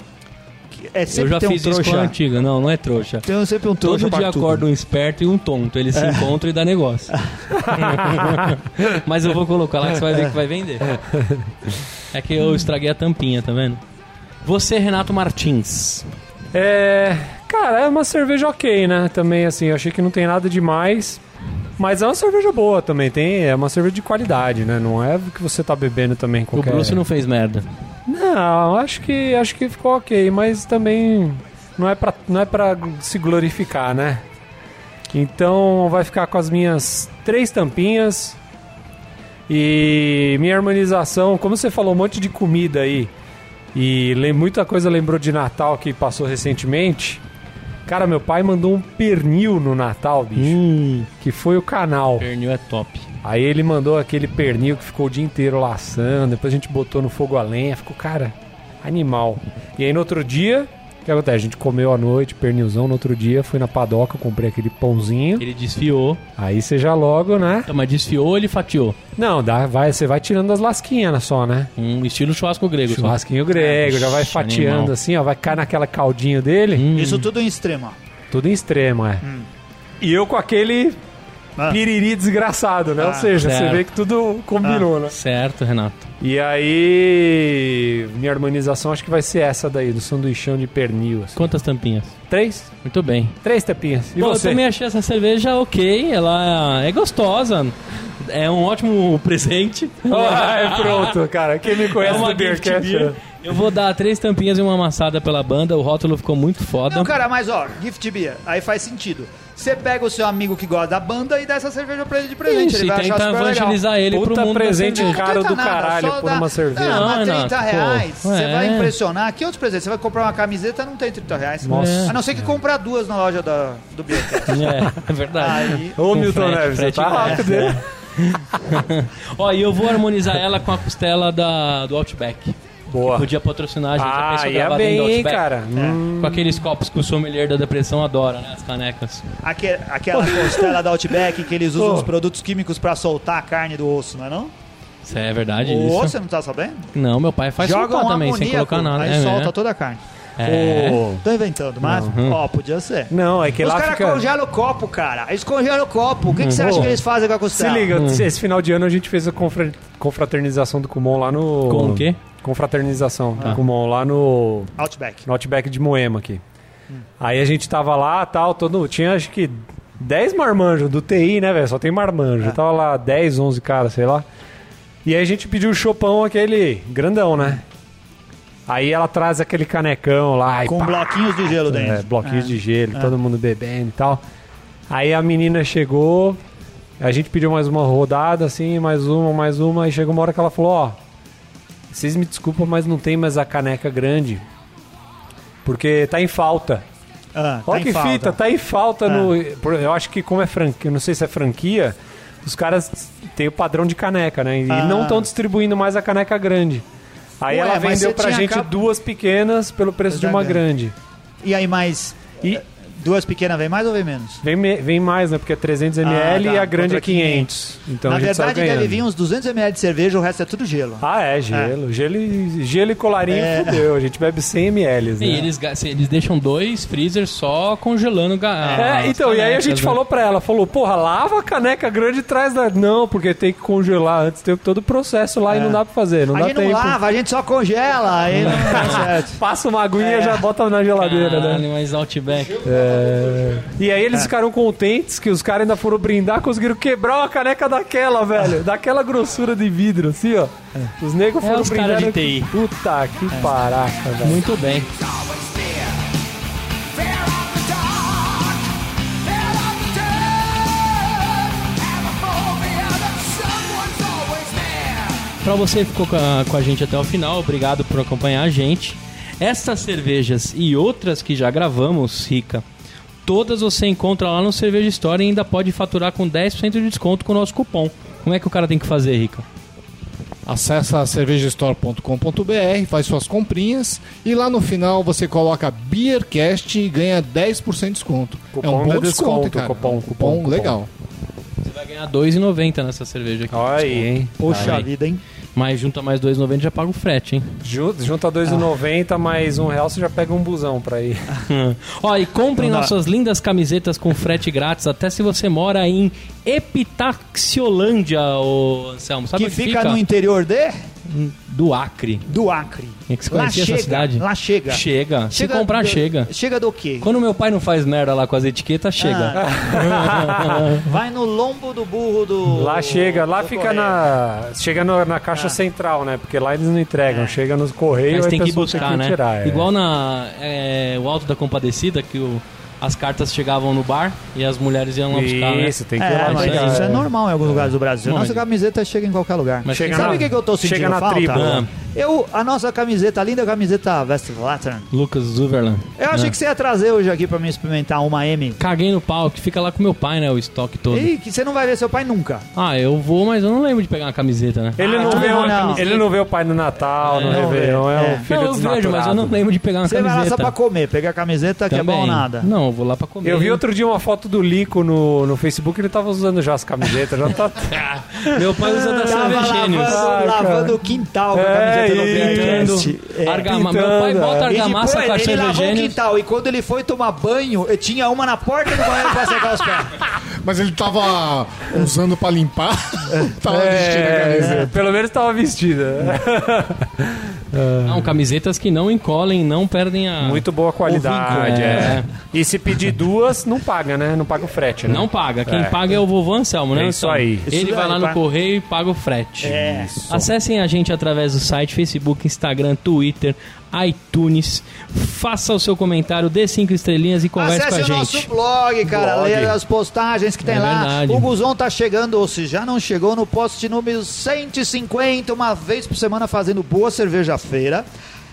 Speaker 2: É
Speaker 1: eu
Speaker 2: sempre
Speaker 1: já
Speaker 2: tem um
Speaker 1: fiz isso com a
Speaker 2: trouxa.
Speaker 1: antiga, não, não é trouxa.
Speaker 2: Tem sempre um trouxa
Speaker 1: Todo
Speaker 2: pra
Speaker 1: dia
Speaker 2: tudo. É.
Speaker 1: acorda um esperto e um tonto, eles se encontram e dá negócio. Mas eu vou colocar lá que você vai ver que vai vender. É que eu estraguei a tampinha, tá vendo? Você, Renato Martins.
Speaker 3: É. Cara, é uma cerveja ok, né? Também, assim, eu achei que não tem nada demais. Mas é uma cerveja boa também, tem, é uma cerveja de qualidade, né? Não é que você tá bebendo também qualquer...
Speaker 1: O Bruce não fez merda.
Speaker 3: Não, acho que acho que ficou ok, mas também não é pra, não é pra se glorificar, né? Então vai ficar com as minhas três tampinhas e minha harmonização, como você falou um monte de comida aí e lem- muita coisa lembrou de Natal que passou recentemente. Cara, meu pai mandou um pernil no Natal, bicho,
Speaker 1: Hum,
Speaker 3: que foi o canal.
Speaker 1: pernil é top.
Speaker 3: Aí ele mandou aquele pernil que ficou o dia inteiro laçando, depois a gente botou no fogo a lenha, ficou, cara, animal. E aí no outro dia, o que acontece? A gente comeu à noite, pernilzão, no outro dia fui na padoca, comprei aquele pãozinho.
Speaker 1: Ele desfiou.
Speaker 3: Aí você já logo, né?
Speaker 1: Então, mas desfiou ou ele fatiou?
Speaker 3: Não, dá, vai, você vai tirando as lasquinhas só, né?
Speaker 1: Um estilo churrasco grego. só.
Speaker 3: Churrasquinho grego, já vai
Speaker 1: Ixi,
Speaker 3: fatiando
Speaker 1: animal. Hum.
Speaker 3: assim, ó, vai cair naquela caldinha dele,
Speaker 2: Isso tudo em extrema.
Speaker 3: tudo em extremo, é. E eu com aquele
Speaker 2: Ah.
Speaker 3: piriri desgraçado, né? Ou seja,
Speaker 1: certo.
Speaker 3: você vê que tudo combinou, né?
Speaker 1: Certo, Renato.
Speaker 3: E aí, minha harmonização acho que vai ser essa daí, do sanduichão de pernil. assim.
Speaker 1: Quantas tampinhas?
Speaker 3: Três?
Speaker 1: Muito bem.
Speaker 3: Três tapinhas. E
Speaker 1: Bom,
Speaker 3: você?
Speaker 1: eu também é achei essa cerveja ok, ela é gostosa, é um ótimo presente.
Speaker 3: Ah, pronto, cara. Quem me
Speaker 1: É
Speaker 3: conhece
Speaker 1: uma
Speaker 3: do
Speaker 1: gift
Speaker 3: Beercast,
Speaker 1: beer.
Speaker 3: né?
Speaker 1: Eu vou dar três tampinhas e uma amassada pela banda, o rótulo ficou muito foda.
Speaker 2: Não, cara, mas ó, gift beer, aí faz sentido. Você pega o seu amigo que gosta da banda e dá essa cerveja pra ele de presente.
Speaker 1: Isso,
Speaker 2: ele
Speaker 1: e
Speaker 2: vai achar
Speaker 1: tenta
Speaker 2: super legal.
Speaker 1: evangelizar ele pro
Speaker 3: Puta
Speaker 1: mundo
Speaker 3: presente
Speaker 1: da cerveja.
Speaker 3: caro. do
Speaker 2: Não adianta
Speaker 3: caralho
Speaker 2: só
Speaker 3: por uma cerveja.
Speaker 2: Não, mas
Speaker 1: Não,
Speaker 2: 30
Speaker 1: Renato,
Speaker 2: reais.
Speaker 1: pô,
Speaker 2: Você
Speaker 1: é.
Speaker 2: vai impressionar. Que outros presentes? Você vai comprar uma camiseta, não tem 30 reais.
Speaker 3: Nossa.
Speaker 2: A não ser que comprar duas na loja da, do Biotech.
Speaker 1: É, é verdade.
Speaker 2: Aí.
Speaker 3: Ô,
Speaker 1: Com
Speaker 3: Milton
Speaker 1: frete,
Speaker 3: Neves, você
Speaker 1: frete
Speaker 3: tá
Speaker 1: grátis,
Speaker 3: rápido, né?
Speaker 1: Ó, e eu vou harmonizar ela com a costela da, do Outback. É.
Speaker 3: Boa.
Speaker 1: Podia patrocinar a gente. já
Speaker 3: Ah,
Speaker 1: pensou
Speaker 3: ia
Speaker 1: gravar dentro
Speaker 3: bem,
Speaker 1: do
Speaker 3: hein,
Speaker 1: Outback?
Speaker 3: cara. Hum,
Speaker 1: Com aqueles copos que o sommelier da depressão adora, né? As canecas.
Speaker 2: Aque- aquela costela da Outback que eles usam
Speaker 3: Pô.
Speaker 2: os produtos químicos pra soltar a carne do osso, não é não?
Speaker 1: Isso é verdade
Speaker 2: O
Speaker 1: isso?
Speaker 2: osso, você não tá sabendo?
Speaker 1: Não, meu pai faz
Speaker 2: Joga
Speaker 1: soltar
Speaker 2: um
Speaker 1: também, sem
Speaker 2: amoníaco,
Speaker 1: colocar nada.
Speaker 2: Aí
Speaker 1: é,
Speaker 2: solta
Speaker 1: é. hum.
Speaker 2: toda a carne.
Speaker 1: É.
Speaker 2: Tô inventando, mas, ó, podia ser.
Speaker 3: Hum. Não, é que
Speaker 2: Os
Speaker 3: lá
Speaker 2: caras
Speaker 3: fica...
Speaker 2: congelam o copo, cara. Eles congelam o copo. O que, que você acha
Speaker 3: Pô.
Speaker 2: que eles fazem com a
Speaker 3: Se
Speaker 2: costela?
Speaker 3: liga,
Speaker 1: Hum.
Speaker 3: esse final de ano a gente fez a confra- confraternização do Kumon lá no...
Speaker 1: Com o quê?
Speaker 3: Confraternização
Speaker 1: Ah.
Speaker 3: do Kumon lá no...
Speaker 2: Outback.
Speaker 3: no Outback de Moema aqui. Aí a gente tava lá, tal, todo tinha acho que 10 marmanjos do TI, né, velho? Só tem marmanjo. Tava lá 10, 11 caras, sei lá. E aí a gente pediu o chopão aquele grandão, né? Aí ela traz aquele canecão lá e
Speaker 2: Com
Speaker 3: pá,
Speaker 2: bloquinhos de gelo dentro.
Speaker 3: é, bloquinhos de gelo, todo mundo bebendo e tal. Aí a menina chegou, a gente pediu mais uma rodada, assim, mais uma, mais uma, e chegou uma hora que ela falou, ó, vocês me desculpam, mas não tem mais a caneca grande. Porque tá em falta.
Speaker 2: Ah,
Speaker 3: Olha
Speaker 2: tá em
Speaker 3: que
Speaker 2: falta. É.
Speaker 3: fita, tá em falta no. por- Eu acho que como é franquia, eu não sei se é franquia, os caras têm o padrão de caneca, né? E
Speaker 2: Ah.
Speaker 3: não estão distribuindo mais a caneca grande. Aí
Speaker 2: Ué,
Speaker 3: ela
Speaker 2: mas
Speaker 3: vendeu
Speaker 2: você
Speaker 3: pra
Speaker 2: tinha
Speaker 3: gente
Speaker 2: cap-
Speaker 3: duas pequenas pelo preço de
Speaker 2: Da
Speaker 3: uma
Speaker 2: grande.
Speaker 3: grande.
Speaker 2: E aí, mais
Speaker 3: E
Speaker 2: Duas pequenas vem mais ou vem menos?
Speaker 3: Vem, me- vem mais, né? Porque é 300 ml
Speaker 2: Ah, tá.
Speaker 3: e a grande é
Speaker 2: Outra
Speaker 3: 500. Então
Speaker 2: Na
Speaker 3: a gente sai
Speaker 2: verdade, deve
Speaker 3: ganhando.
Speaker 2: vir um- uns 200ml de cerveja, o resto é tudo gelo.
Speaker 3: Ah, é, gelo. Gelo, e, gelo e colarinho
Speaker 2: É.
Speaker 3: fudeu. A gente bebe 100 ml, né?
Speaker 1: E eles, ga- se- eles deixam dois freezers só congelando ga-
Speaker 3: É,
Speaker 1: as
Speaker 3: então, e aí a
Speaker 1: canecas,
Speaker 3: gente
Speaker 1: né?
Speaker 3: falou pra ela, falou, porra, lava a caneca grande e traz da... Não, porque tem que congelar antes, tem todo o processo lá e
Speaker 2: É.
Speaker 3: não dá pra fazer, não
Speaker 2: a
Speaker 3: dá
Speaker 2: gente
Speaker 3: tempo.
Speaker 2: não lava, a gente só congela, aí não dá certo.
Speaker 3: Passa uma aguinha
Speaker 2: É.
Speaker 3: e já bota na geladeira, né?
Speaker 1: Caralho, mas Ah, Outback.
Speaker 3: É. E aí eles ficaram contentes que os caras ainda foram brindar, conseguiram quebrar uma caneca daquela, velho. Daquela grossura de vidro, assim, ó. Os negros
Speaker 1: É,
Speaker 3: foram
Speaker 1: os
Speaker 3: brindar.
Speaker 1: caras de É.
Speaker 3: né?
Speaker 1: TI.
Speaker 3: Puta que paraca, velho.
Speaker 1: Muito bem.
Speaker 5: always fear. Fear of the dark. Fear of the dark. Have a phobia that someone's always there.
Speaker 1: Pra você que ficou com a, com a gente até o final, obrigado por acompanhar a gente. Essas cervejas e outras que já gravamos, Rica, todas você encontra lá no Cerveja Store e ainda pode faturar com 10% de desconto com o nosso cupom. Como é que o cara tem que fazer, Rica?
Speaker 4: Acessa cervejastore.com.br, faz suas comprinhas e lá no final você coloca Beercast e ganha 10% de desconto. é um
Speaker 3: Cupom
Speaker 4: bom
Speaker 3: de
Speaker 4: desconto,
Speaker 3: desconto,
Speaker 4: cara.
Speaker 3: cupom,
Speaker 4: Um
Speaker 3: cupom, cupom.
Speaker 4: legal.
Speaker 1: Você vai ganhar 2,90 nessa cerveja aqui. Tá
Speaker 3: Olha aí, hein?
Speaker 2: Poxa
Speaker 1: Aí.
Speaker 2: vida, hein?
Speaker 1: Mas junta mais 2,90 já paga o frete, hein?
Speaker 3: Ju- Junta 2,90 mais um real, você já pega um busão pra ir.
Speaker 1: Ó, e comprem
Speaker 2: Não Então dá.
Speaker 1: nossas lindas camisetas com frete grátis, até se você mora em Epitaxiolândia, ô Anselmo. Sabe
Speaker 2: que
Speaker 1: onde
Speaker 2: fica, no interior de...
Speaker 1: Do Acre.
Speaker 2: do Acre.
Speaker 1: É que você conhecia essa
Speaker 2: chega,
Speaker 1: cidade?
Speaker 2: Lá chega.
Speaker 1: Chega. Se comprar,
Speaker 2: do-
Speaker 1: chega.
Speaker 2: Chega do quê?
Speaker 1: Quando meu pai não faz merda lá com as etiquetas, chega.
Speaker 2: Ah. vai no lombo do burro do...
Speaker 3: Lá chega, lá
Speaker 2: do
Speaker 3: fica
Speaker 2: correio.
Speaker 3: na. Chega no- na caixa
Speaker 2: Ah.
Speaker 3: central, né? Porque lá eles não entregam, chega nos
Speaker 1: Mas
Speaker 3: correios aí
Speaker 1: tem
Speaker 3: a
Speaker 1: que
Speaker 3: pessoa
Speaker 1: buscar, né?
Speaker 3: tirar, é.
Speaker 1: Igual na é, o Alto da Compadecida, que o- as cartas chegavam no bar e as mulheres iam lá buscar, né?
Speaker 3: Isso, tem que ir lá
Speaker 2: É, mas
Speaker 3: pegar,
Speaker 2: isso é
Speaker 3: é.
Speaker 2: normal em alguns lugares do Brasil.
Speaker 1: Não,
Speaker 2: Nossa
Speaker 1: mas-
Speaker 2: camiseta chega em qualquer lugar.
Speaker 1: Mas
Speaker 3: Chega
Speaker 2: Sabe
Speaker 3: na-
Speaker 2: o que, que eu tô
Speaker 3: chega
Speaker 2: sentindo
Speaker 3: na
Speaker 2: falta?
Speaker 3: tribo.
Speaker 1: Ah.
Speaker 2: Eu, a nossa camiseta, a linda camiseta Westlattern.
Speaker 1: Lucas Zuverland.
Speaker 2: Eu achei que você ia trazer hoje aqui pra mim experimentar uma M.
Speaker 1: Caguei no pau, que fica lá com meu pai, né? O estoque todo.
Speaker 2: Ei, que você não vai ver seu pai nunca.
Speaker 1: Ah, eu vou, mas eu não lembro de pegar uma camiseta, né?
Speaker 3: Ele,
Speaker 2: Ah,
Speaker 3: não
Speaker 2: não,
Speaker 3: vê, o-
Speaker 2: não.
Speaker 3: ele não vê o pai no Natal, no
Speaker 2: não
Speaker 3: Réveillon,
Speaker 2: vê,
Speaker 3: é,
Speaker 2: é.
Speaker 3: um filho
Speaker 1: não, eu vejo, mas eu não
Speaker 3: desnaturado.
Speaker 1: lembro de pegar uma
Speaker 2: Você
Speaker 1: camiseta.
Speaker 2: vai lá só pra comer, pegar a camiseta que é bom ou nada.
Speaker 1: Não, eu vou lá pra comer.
Speaker 3: Eu vi outro dia uma foto do Lico no, no Facebook, ele tava usando já as camisetas, já tá.
Speaker 1: Meu pai usa da
Speaker 2: Tava
Speaker 1: cerveja Gênios.
Speaker 2: lavando,
Speaker 3: Ah,
Speaker 2: lavando
Speaker 3: cara.
Speaker 2: o quintal com a
Speaker 3: É,
Speaker 2: camiseta do
Speaker 3: e
Speaker 2: Beercast.
Speaker 1: Pintando. Argama- Meu pai
Speaker 3: pintando,
Speaker 1: bota
Speaker 2: É,
Speaker 3: é.
Speaker 2: E depois
Speaker 1: argamassa com a
Speaker 2: ele
Speaker 1: cerveja
Speaker 2: lavou o
Speaker 1: Gênios.
Speaker 2: quintal e quando ele foi tomar banho, eh, tinha uma na porta do banheiro pra secar os pés.
Speaker 4: Mas ele tava usando pra limpar. tava vestindo a camisa.
Speaker 3: É, pelo menos tava vestida.
Speaker 1: Não, camisetas que não encolhem, não perdem a.
Speaker 3: Muito boa qualidade,
Speaker 1: vinco, é.
Speaker 3: é. E se pedir duas, não paga, né? Não paga o frete, né?
Speaker 1: Não paga. Quem
Speaker 3: É.
Speaker 1: paga é o vovô Anselmo, né?
Speaker 3: É isso
Speaker 1: Anselmo?
Speaker 3: aí. tá?
Speaker 1: Ele
Speaker 2: Isso
Speaker 1: vai
Speaker 2: daí,
Speaker 1: lá no
Speaker 2: pá.
Speaker 1: correio e paga o frete.
Speaker 2: É.
Speaker 1: Acessem a gente através do site, Facebook, Instagram, Twitter, iTunes. Faça o seu comentário, dê cinco estrelinhas e converse
Speaker 2: Acesse
Speaker 1: com
Speaker 2: o
Speaker 1: a
Speaker 2: nosso
Speaker 1: gente.
Speaker 2: blog, cara.
Speaker 3: Blog.
Speaker 2: Leia as postagens que tem
Speaker 1: É
Speaker 2: lá.
Speaker 1: verdade.
Speaker 2: O Guzon tá chegando, ou se já não chegou, no post número 150, uma vez por semana fazendo boa cerveja feira.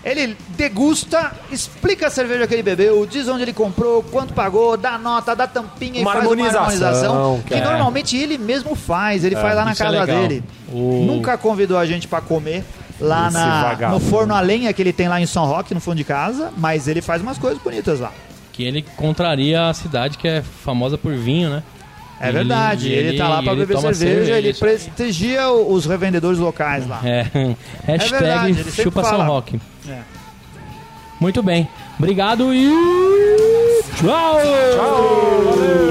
Speaker 2: Ele degusta, explica a cerveja que ele bebeu, diz onde ele comprou, quanto pagou, dá nota, dá tampinha
Speaker 3: Uma
Speaker 2: e faz
Speaker 3: harmonização,
Speaker 2: uma harmonização. Que
Speaker 3: cara.
Speaker 2: normalmente ele mesmo faz, ele faz lá na
Speaker 1: isso é
Speaker 2: casa
Speaker 1: legal.
Speaker 2: dele.
Speaker 1: O-
Speaker 2: Nunca convidou a gente pra comer lá
Speaker 3: Esse
Speaker 2: na, no
Speaker 3: vagabundo.
Speaker 2: forno a lenha que ele tem lá em São Roque, no fundo de casa, mas ele faz umas coisas bonitas lá.
Speaker 1: Que ele contraria a cidade que é famosa por vinho, né?
Speaker 2: É
Speaker 1: Ele-
Speaker 2: verdade, ele,
Speaker 1: ele-
Speaker 2: tá lá pra
Speaker 1: ele
Speaker 2: beber
Speaker 1: toma
Speaker 2: cerveja,
Speaker 1: cerveja,
Speaker 2: ele
Speaker 1: isso.
Speaker 2: prestigia o- os revendedores locais lá.
Speaker 1: É. Hashtag
Speaker 2: verdade, ele sempre
Speaker 1: chupa São
Speaker 2: fala.
Speaker 1: Roque.
Speaker 2: É.
Speaker 1: Muito bem. Obrigado e. Tchau!
Speaker 3: Tchau, valeu!